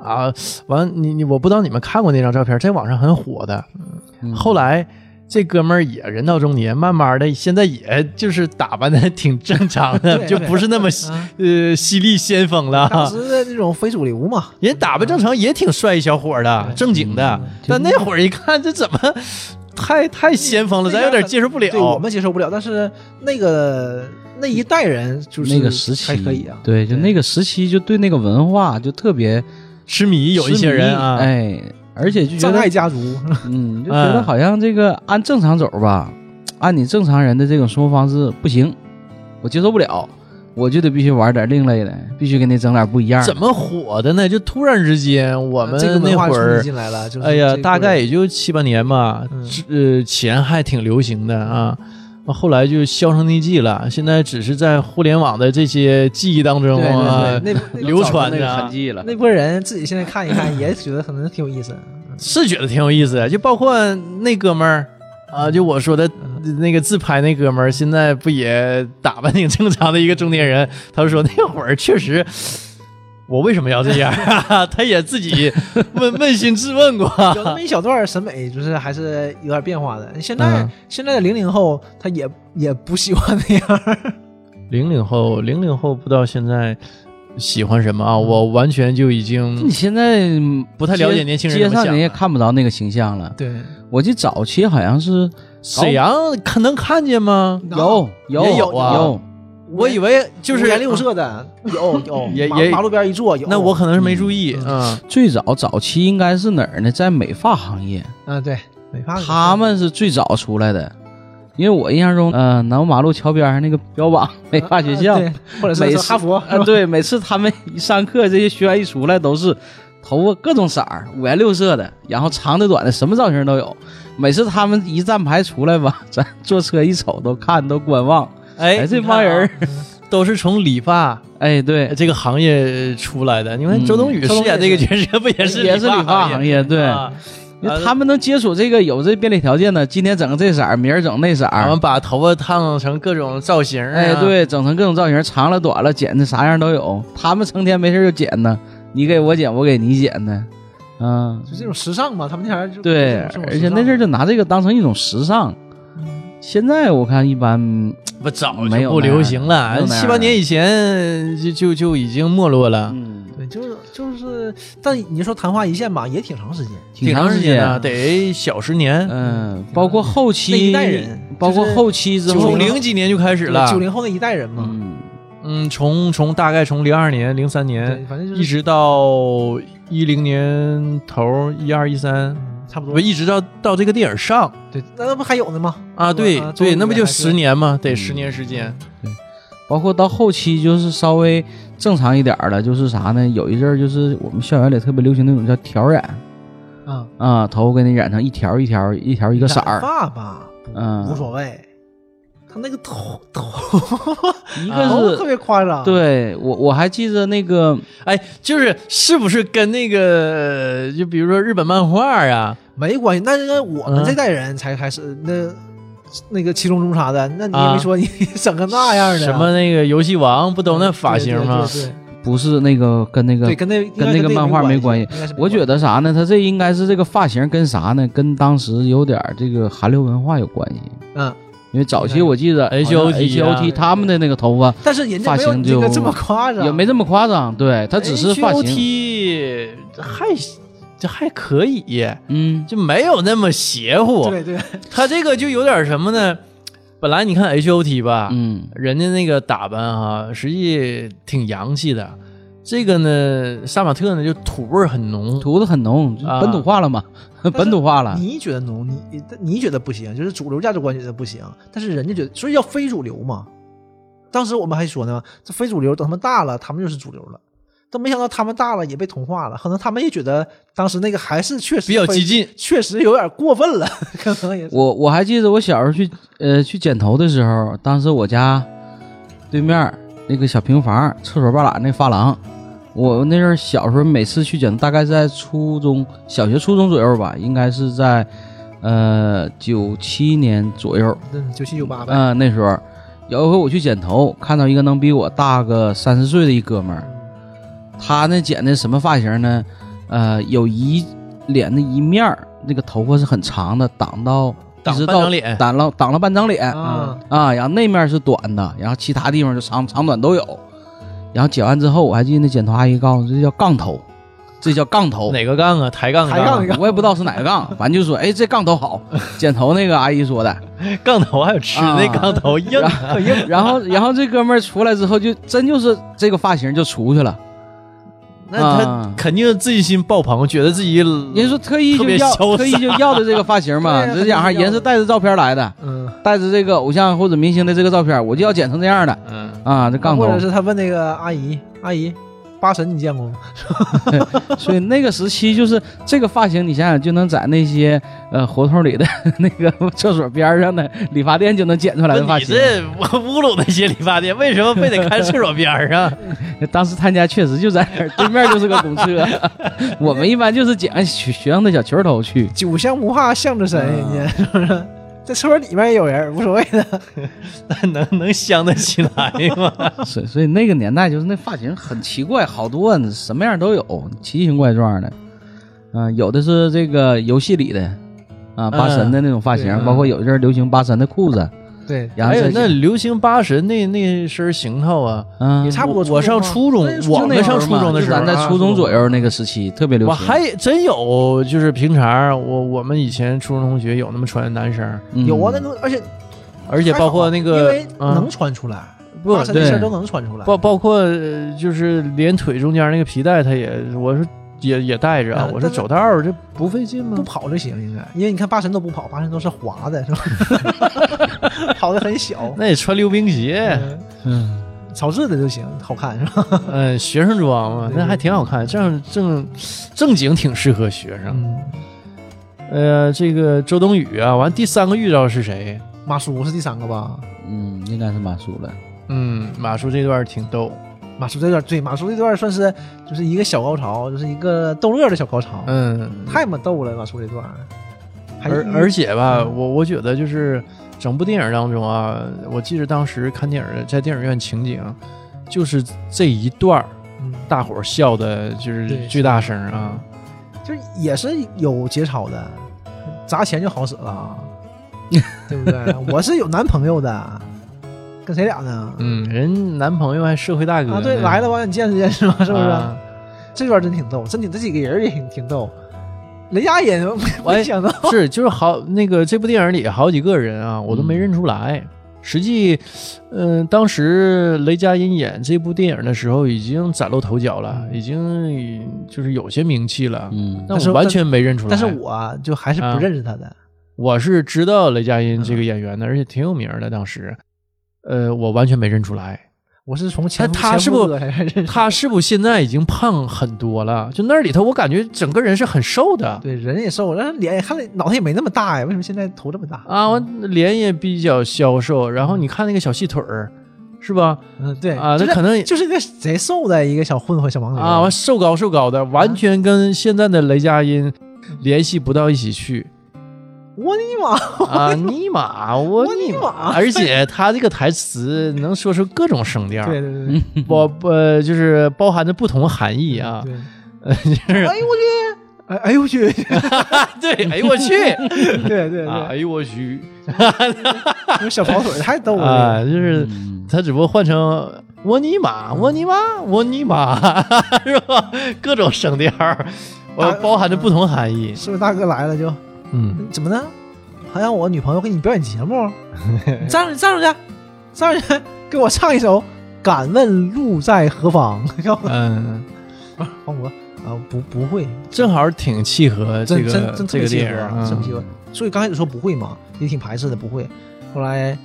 Speaker 1: 啊，完了你你我不知道你们看过那张照片，在网上很火的。
Speaker 2: 嗯
Speaker 1: 后来这哥们儿也人到中年，慢慢的现在也就是打扮的挺正常的，
Speaker 3: 对
Speaker 1: 就不是那么犀
Speaker 3: 啊
Speaker 1: 呃犀利先锋了。
Speaker 3: 当时的那种非主流嘛，
Speaker 1: 人打扮正常也挺帅一小伙儿的，
Speaker 3: 对嗯
Speaker 1: 正经的。
Speaker 2: 嗯
Speaker 1: 但那会儿一看，这怎么太太先锋了，咱有点接受不了。
Speaker 3: 对我们接受不了。但是那个那一代人就是
Speaker 2: 那个时期
Speaker 3: 还可以啊，
Speaker 2: 对，就那个时期就对那个文化就特别
Speaker 1: 痴迷有一些人啊，
Speaker 2: 痴迷哎，而且就觉
Speaker 3: 葬
Speaker 2: 得
Speaker 3: 爱家族，
Speaker 2: 嗯，就觉得好像这个按正常走吧，按你正常人的这种生活方式不行，我接受不了，我就得必须玩点另类的，必须给你整点不一样的。
Speaker 1: 怎么火的呢？就突然之间，我们
Speaker 3: 哎啊 这个
Speaker 1: 那
Speaker 3: 文化
Speaker 1: 会
Speaker 3: 冲击
Speaker 1: 儿，
Speaker 3: 进来了，就是
Speaker 1: 哎
Speaker 3: 这
Speaker 1: 呀，
Speaker 3: 个
Speaker 1: 大概也就七八年吧，
Speaker 3: 嗯
Speaker 1: 之呃，前还挺流行的啊。后来就销声匿迹了，现在只是在互联网的这些记忆当中
Speaker 2: 对对对
Speaker 1: 啊，
Speaker 3: 那那
Speaker 1: 流传
Speaker 2: 那
Speaker 1: 的
Speaker 2: 个
Speaker 1: 啊
Speaker 2: 痕迹了，
Speaker 3: 那波人自己现在看一看，也觉得可能挺有 意思。
Speaker 1: 是觉得挺有意思的，就包括那哥们儿啊，就我说的那个自拍那哥们儿，现在不也打扮挺正常的一个中年人？ 他说那会儿确实，我为什么要这样？ 他也自己问问心自问过。
Speaker 3: 有那么一小段儿审美，就是还是有点变化的。现在、
Speaker 1: 嗯
Speaker 3: 现在的零零后，他也也不喜欢那样儿。
Speaker 1: 零零后，零零后不知道现在喜欢什么啊？我完全就已
Speaker 2: 你
Speaker 1: 经
Speaker 2: 现在嗯
Speaker 1: 不太了解年轻人
Speaker 2: 街
Speaker 1: 怎么啊
Speaker 2: 上
Speaker 1: 想
Speaker 2: 你也
Speaker 1: 了。
Speaker 2: 看不着那个形象了。
Speaker 3: 对，
Speaker 2: 我记得早期好像是
Speaker 1: 沈阳看能看见吗？
Speaker 2: 有有
Speaker 1: 也有啊
Speaker 2: 有，
Speaker 1: 我以为就是嗯
Speaker 3: 五颜六。色的，有有，
Speaker 1: 也
Speaker 3: 马
Speaker 1: 也
Speaker 3: 马路边一坐有。
Speaker 1: 那我可能是没注意
Speaker 3: 嗯
Speaker 1: 啊。
Speaker 2: 最早早期应该是哪儿呢？在美发行业，
Speaker 3: 啊，对，美发
Speaker 2: 他们是最早出来的。因为我印象中，呃，南马路桥边儿那个标榜 美发学校，
Speaker 3: 啊对或者
Speaker 2: 美
Speaker 3: 是
Speaker 2: 式
Speaker 3: 哈佛
Speaker 2: 啊，对，每次他们一上课，这些学员一出来都是头发各种色儿，五颜六色的，然后长的短的，什么造型都有。每次他们一站牌出来吧， 咱坐车一瞅，都看都观望。
Speaker 1: 哎
Speaker 2: 哎，这帮人
Speaker 1: 你看啊 都是从理发
Speaker 2: 哎，对，
Speaker 1: 这个行业出来的。你看
Speaker 2: 嗯
Speaker 1: 周冬雨饰演这个角色，不也是
Speaker 2: 也是理发
Speaker 1: 行
Speaker 2: 行业，对，
Speaker 1: 啊
Speaker 2: 因为他们能接触这个有这便利条件的，今天整个这色儿，明儿整那色
Speaker 1: 我
Speaker 2: 儿
Speaker 1: 们，把头发烫成各种造型啊
Speaker 2: 哎，，对，整成各种造型，长了短了，剪的啥样都有。他们成天没事儿就剪呢，你给我剪，我给你剪呢，嗯，
Speaker 3: 就这种时尚嘛，他们那还是
Speaker 2: 对，而且那阵儿就拿这个当成一种时尚。
Speaker 3: 嗯
Speaker 2: 现在我看一般，
Speaker 1: 不早
Speaker 2: 没
Speaker 1: 就
Speaker 2: 有
Speaker 1: 不流行
Speaker 2: 那
Speaker 1: 了，
Speaker 2: 样的
Speaker 1: 七八年以前就就就已经没落了，
Speaker 2: 嗯，
Speaker 3: 对，就是就是，但你说昙花一现吧，也挺长时间。
Speaker 2: 挺
Speaker 1: 长
Speaker 2: 时
Speaker 1: 间
Speaker 2: 啊
Speaker 1: 了，得小十年，
Speaker 2: 嗯，包括后
Speaker 3: 那一
Speaker 2: 期
Speaker 3: 代人，
Speaker 2: 包括
Speaker 3: 就是
Speaker 2: 后期之后
Speaker 1: 九，零几年就开始了
Speaker 3: 九，零后那一代人嘛，
Speaker 2: 嗯，
Speaker 1: 嗯，从从大概从零二年、零三年
Speaker 3: 对，反正就
Speaker 1: 一
Speaker 3: 是
Speaker 1: 直到一零年头一二一三，
Speaker 3: 嗯差不
Speaker 1: 不
Speaker 3: 多。
Speaker 1: 一直到到这个电影上。
Speaker 3: 对，那那不还有呢吗？
Speaker 1: 啊，对
Speaker 3: 啊周
Speaker 1: 对，
Speaker 3: 瑜
Speaker 1: 那不就
Speaker 3: 还是
Speaker 1: 十年吗？得
Speaker 2: 嗯
Speaker 1: 十年时间。
Speaker 2: 包括到后期就是稍微正常一点儿了，就是啥呢？有一阵儿就是我们校园里特别流行那种叫挑染
Speaker 3: 啊，
Speaker 2: 啊，头发给你染成一条一条一条一个色儿
Speaker 3: 染，发吧，
Speaker 2: 嗯，
Speaker 3: 无所谓。他那个头头
Speaker 2: 一
Speaker 3: 头
Speaker 2: 个
Speaker 3: 特
Speaker 2: 是。
Speaker 3: 别夸张，，
Speaker 2: 对我我还记得那个，
Speaker 1: 哎，就是是不是跟那个，就比如说日本漫画啊，
Speaker 3: 没关系。那是我们
Speaker 1: 嗯
Speaker 3: 这代人才开始那那个七龙珠啥的，那你也
Speaker 1: 啊
Speaker 3: 没说你整个那样的啊嗯
Speaker 1: 什么那个游戏王不都那发型吗？
Speaker 3: 对对对对
Speaker 2: 不是那个跟那个
Speaker 3: 对，跟那
Speaker 2: 跟那个漫画没
Speaker 3: 没
Speaker 2: 关系
Speaker 3: 系。应该是没
Speaker 2: 我觉
Speaker 3: 关
Speaker 2: 得啥呢？他这应该是这个发型跟啥呢？跟当时有点儿这个韩流文化有关系。
Speaker 3: 系，嗯，
Speaker 2: 因为早期我记得
Speaker 1: H O T 啊
Speaker 2: H O T 他们的那个头发
Speaker 3: 但是人家
Speaker 2: 发
Speaker 3: 没有
Speaker 2: 型
Speaker 3: 你这个
Speaker 2: 就
Speaker 3: 这么夸张，
Speaker 2: 也没这么夸张，对他只是发型，
Speaker 1: T 还这还可以，
Speaker 2: 嗯，
Speaker 1: 就没有那么邪乎。
Speaker 3: 对
Speaker 2: 啊
Speaker 3: 对，
Speaker 1: 他这个就有点什么呢？本来你看 H O T 吧，
Speaker 2: 嗯，
Speaker 1: 人家那个打扮哈、实际挺洋气的。这个呢，萨马特呢就土味儿很浓，
Speaker 2: 涂的很浓，就
Speaker 1: 啊
Speaker 2: 本土化了嘛， 本土化了，
Speaker 3: 你觉得浓，你你觉得不行，就是主流价值观觉得不行，但是人家觉得，所以叫非主流嘛。当时我们还说呢，这非主流等他们大了，他们就是主流了。但没想到他们大了也被同化了，可能他们也觉得当时那个还是确实
Speaker 1: 比较
Speaker 3: 非
Speaker 1: 激，进。
Speaker 3: 确实有点过分了，可能也是。
Speaker 2: 我我还记得我小时候去呃去剪头的时候，当时我家对面儿那个小平房厕所半拉那发廊，我那阵儿小时候每次去剪头，大概在初中小学初中左右吧，应该是在呃九七年左右，
Speaker 3: 嗯，九七九八呗，
Speaker 2: 嗯、那时候有一回我去剪头，看到一个能比我大个三四岁的一哥们儿，他呢剪的什么发型呢？呃，有一脸的一面儿，那个头发是很长的，挡到
Speaker 1: 挡
Speaker 2: 一直
Speaker 1: 半
Speaker 2: 到
Speaker 1: 张脸
Speaker 2: 挡了挡了半张脸
Speaker 3: 啊，
Speaker 2: 啊，然后那面是短的，然后其他地方就长长短都有。然后剪完之后，我还记得那剪头阿姨告诉我，这叫杠头，这叫杠头。
Speaker 1: 哪个杠啊？抬杠
Speaker 3: 抬杠
Speaker 1: 杠
Speaker 2: 我也不知道是哪个杠，反正就说，哎，这杠头好。 剪头那个阿姨说的，
Speaker 1: 杠头还有吃
Speaker 2: 啊
Speaker 1: 那杠头硬
Speaker 2: 然
Speaker 1: 啊
Speaker 2: 后，然后，然后这哥们儿出来之后就，真就是这个发型就出去了。
Speaker 1: 那他
Speaker 2: 啊
Speaker 1: 肯定自信心爆棚，觉得自己
Speaker 2: 人家说特意
Speaker 1: 特
Speaker 2: 就
Speaker 1: 别
Speaker 2: 要
Speaker 1: 潇洒啊
Speaker 2: 特意就要的这个发型嘛，
Speaker 3: 对呀
Speaker 2: 这家伙人是带着照片来的，
Speaker 3: 嗯，
Speaker 2: 带着这个偶像或者明星的这个照片，我就要剪成这样的
Speaker 1: 嗯，
Speaker 2: 啊，这杠
Speaker 3: 或
Speaker 2: 头
Speaker 3: 者。是他问那个阿姨，阿姨，八神你见过吗？
Speaker 2: 所以那个时期就是这个发型，你想想就能在那些呃胡同里的 那个厕所边上的理发店就能剪出来的
Speaker 1: 那
Speaker 2: 发
Speaker 1: 你
Speaker 2: 型。
Speaker 1: 这侮辱那些理发店，为什么非得看厕所边儿 啊？
Speaker 2: 当时他家确实就在那儿，对面就是个公厕。 我们一般就是剪哎学学生的小球头去。
Speaker 3: 九乡不怕巷子深，人
Speaker 2: 嗯
Speaker 3: 家
Speaker 1: 啊
Speaker 3: 是不 是？在车里面也有人，无所谓的。
Speaker 1: 那能能香得起来吗？
Speaker 2: 所所以那个年代就是那发型很奇怪，好多啊什么样都有，奇形怪状的。嗯、有的是这个游戏里的，啊，八神的那种发型，
Speaker 3: 对嗯
Speaker 2: 包括有一阵儿流行八神的裤子，
Speaker 3: 对，
Speaker 2: 然后
Speaker 1: 哎
Speaker 2: 再
Speaker 1: 呀，那流行八神那那身行头啊，
Speaker 2: 嗯，
Speaker 3: 差不多
Speaker 1: 我上初
Speaker 3: 初
Speaker 1: 中
Speaker 3: 中，
Speaker 2: 就
Speaker 1: 我
Speaker 2: 那
Speaker 1: 们
Speaker 2: 会儿
Speaker 1: 上
Speaker 2: 嘛
Speaker 1: 初中的
Speaker 2: 就
Speaker 1: 时候啊，
Speaker 2: 咱在初中左右那个时期特别流
Speaker 1: 我
Speaker 2: 行。
Speaker 1: 还真有，就是平常我我们以前初中同学有那么穿男生，
Speaker 2: 嗯
Speaker 3: 有啊，那种，而且啊
Speaker 1: 而且包括那个
Speaker 3: 因为
Speaker 1: 嗯
Speaker 3: 能穿出来，
Speaker 1: 不
Speaker 3: 发生的
Speaker 2: 对
Speaker 3: 事儿都能穿出来。
Speaker 1: 包包括呃就是连腿中间那个皮带，他也我说也也带着啊
Speaker 3: 啊，
Speaker 1: 我说
Speaker 3: 但是
Speaker 1: 走道儿这不费劲
Speaker 3: 不
Speaker 1: 吗？
Speaker 3: 跑就行，应该，因为你看八神都不跑，八神都是滑的，是吧？ 跑的很小，
Speaker 1: 那也穿溜冰鞋，
Speaker 3: 嗯
Speaker 2: 嗯
Speaker 3: 草质的就行，好看是吧？
Speaker 1: 嗯，学生装嘛，
Speaker 3: 对
Speaker 1: 那
Speaker 3: 对
Speaker 1: 还挺好看，这样正正经挺适合学生。
Speaker 3: 嗯，
Speaker 1: 呃，这个周冬雨啊，完第三个遇到是谁？
Speaker 3: 马叔是第三个吧？
Speaker 2: 嗯，应该是马叔了。
Speaker 1: 嗯，马叔这段儿挺逗，
Speaker 3: 马叔这段对，马叔这段算是就是一个小高潮，就是一个逗乐的小高潮，
Speaker 1: 嗯，
Speaker 3: 太么逗了，马叔这段。还嗯
Speaker 1: 而而且吧，我我觉得就是整部电影当中啊，我记得当时看电影在电影院情景，就是这一段儿
Speaker 3: 嗯
Speaker 1: 大伙儿笑的就是
Speaker 3: 对
Speaker 1: 最大声啊，
Speaker 3: 就是也是有节操的，砸钱就好使 了，对不对？我是有男朋友的，跟谁俩呢？
Speaker 1: 嗯，人男朋友还社会大哥
Speaker 3: 啊，对，
Speaker 1: 呢
Speaker 3: 来了，我让你见识见识嘛，是不是？
Speaker 1: 嗯啊
Speaker 3: 这段真挺逗，真挺这几个人也挺挺逗，雷佳音，我没想到，
Speaker 1: 是，就是好那个这部电影里好几个人
Speaker 3: 嗯
Speaker 1: 啊，我都没认出来。实际，嗯、当时雷佳音演这部电影的时候已经崭露头角了，已经就是有些名气了，
Speaker 2: 嗯
Speaker 1: 但
Speaker 3: 嗯但是
Speaker 1: 我完全没认出来。
Speaker 3: 但是我就还是
Speaker 1: 啊
Speaker 3: 不认识他的，
Speaker 1: 我是知道雷佳音
Speaker 3: 嗯
Speaker 1: 这个演员的，而且挺有名的，当时，呃，我完全没认出来。
Speaker 3: 我是从前
Speaker 1: 但他是
Speaker 3: 前
Speaker 1: 不
Speaker 3: 夫哥才认识。
Speaker 1: 他是不是现在已经胖很多了？就那里头，我感觉整个人是很瘦的
Speaker 3: 对，人也瘦，但是脸也看着脑袋也没那么大呀，为什么现在头这么大？
Speaker 1: 啊，完脸也比较消瘦，然后你看那个小细腿儿，是吧？
Speaker 3: 嗯，对
Speaker 1: 啊，
Speaker 3: 就
Speaker 1: 那
Speaker 3: 是
Speaker 1: 可能
Speaker 3: 就是那贼瘦的一个小混混、小盲流
Speaker 1: 啊，完瘦高 瘦高的，完全跟现在的雷佳音联系不到一起去。
Speaker 3: 我尼玛，
Speaker 1: 啊，尼玛，我
Speaker 3: 我
Speaker 1: 尼
Speaker 3: 尼玛
Speaker 1: 而且他这个台词能说出各种声调，
Speaker 3: 对对对
Speaker 1: 包不就是包含着不同含义啊
Speaker 3: 对，。对
Speaker 1: 就是
Speaker 3: 哎呦我去，哎哎呦我去，
Speaker 1: 对，哎呦我去，
Speaker 3: 对对对，
Speaker 1: 啊，哎呦我去
Speaker 3: 那小跑腿儿太逗了
Speaker 1: 啊，，就是
Speaker 2: 嗯
Speaker 1: 他只不过换成我尼玛，我
Speaker 3: 嗯
Speaker 1: 尼玛，我尼玛， 是吧？各种声调儿，我
Speaker 3: 啊
Speaker 1: 包含着不同含义，
Speaker 3: 是不是大哥来了就
Speaker 1: 嗯，
Speaker 3: 怎么的？还让我女朋友给你表演节 目？你站你站出去，站出去，给我唱一首《敢问路在何方》。 要不
Speaker 1: 嗯，
Speaker 3: 黄渤啊，不不会，
Speaker 1: 正好挺契合这
Speaker 3: 真
Speaker 1: 个
Speaker 3: 真真特
Speaker 1: 这
Speaker 3: 别
Speaker 1: 个
Speaker 3: 契
Speaker 1: 电
Speaker 3: 合
Speaker 1: 影儿，
Speaker 3: 啊，真
Speaker 1: 嗯
Speaker 3: 契合。所以刚开始说不会嘛，也挺排斥的，不会。后来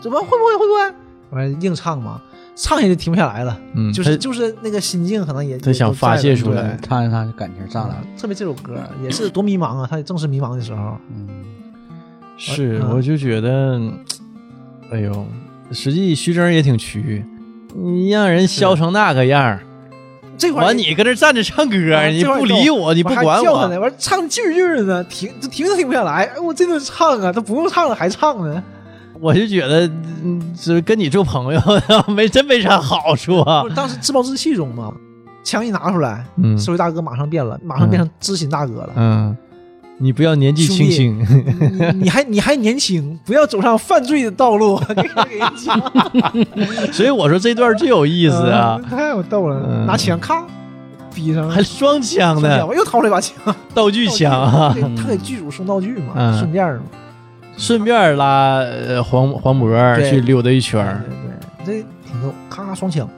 Speaker 3: 怎么会不会会不会？完了硬唱嘛，唱下就停不下来了，
Speaker 1: 嗯，
Speaker 3: 就是
Speaker 1: 他
Speaker 3: 就是那个心境可能也
Speaker 1: 他想发泄出来，
Speaker 2: 唱一唱就感情上来了。
Speaker 3: 特别这首歌也是多迷茫啊，他正是迷茫的时候。
Speaker 2: 嗯，
Speaker 1: 是，
Speaker 3: 嗯
Speaker 1: 我就觉得，哎呦，实际徐峥也挺屈，你让人削成那个样儿，
Speaker 3: 这块儿
Speaker 1: 完你搁这站着唱歌，
Speaker 3: 啊
Speaker 1: 你
Speaker 3: 这块儿
Speaker 1: 不理我，你
Speaker 3: 我
Speaker 1: 不
Speaker 3: 还
Speaker 1: 管
Speaker 3: 叫他呢，
Speaker 1: 我，
Speaker 3: 完唱句儿句儿的呢，停就停都停不下来。哎，我这顿唱啊，都不用唱了还唱呢。
Speaker 1: 我就觉得，嗯这跟你做朋友 没真没啥好处啊
Speaker 3: 不。是当时自暴自弃中嘛，枪一拿出来，
Speaker 1: 嗯
Speaker 3: 社会大哥马上变了，马上变成知心大哥了。
Speaker 1: 嗯，你不要年纪轻轻，
Speaker 3: 你你还你还年轻，不要走上犯罪的道路。你看给人讲
Speaker 1: 所以我说这段最有 意思啊，
Speaker 3: 嗯太有逗了，
Speaker 1: 嗯
Speaker 3: 拿枪咔逼上了
Speaker 1: 还，双枪呢，
Speaker 3: 我又掏了一把枪，
Speaker 1: 道具枪啊
Speaker 3: 对，他给剧组送道具嘛，
Speaker 1: 嗯
Speaker 3: 顺便儿嘛。
Speaker 1: 顺便拉呃黄黄渤
Speaker 3: 对
Speaker 1: 去溜达一圈儿。
Speaker 3: 嗯对对对，这挺逗，咔咔双枪，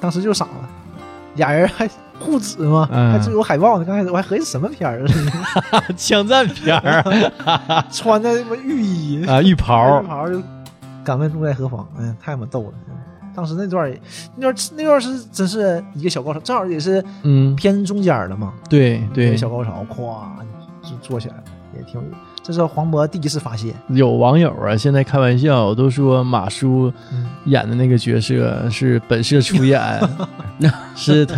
Speaker 3: 当时就傻了，俩人还互指嘛，
Speaker 1: 嗯
Speaker 3: 还就有海报呢。刚开始我还合计什么 片儿，
Speaker 1: 枪战片儿
Speaker 3: 穿的什么浴衣、
Speaker 1: 啊，浴袍
Speaker 3: 袍袍就敢问路在何方？哎呀，太他妈逗了。当时那段儿，那段儿那段儿是真是一个小高潮，正好也是
Speaker 1: 嗯，
Speaker 3: 偏中间儿了嘛，
Speaker 1: 对
Speaker 3: 一
Speaker 1: 对
Speaker 3: 个，小高潮，咵就坐起来了，也挺有意思。这是黄渤第一次发泄，
Speaker 1: 有网友啊，现在开玩笑都说马叔
Speaker 3: 嗯
Speaker 1: 演的那个角色是本色出 演，是他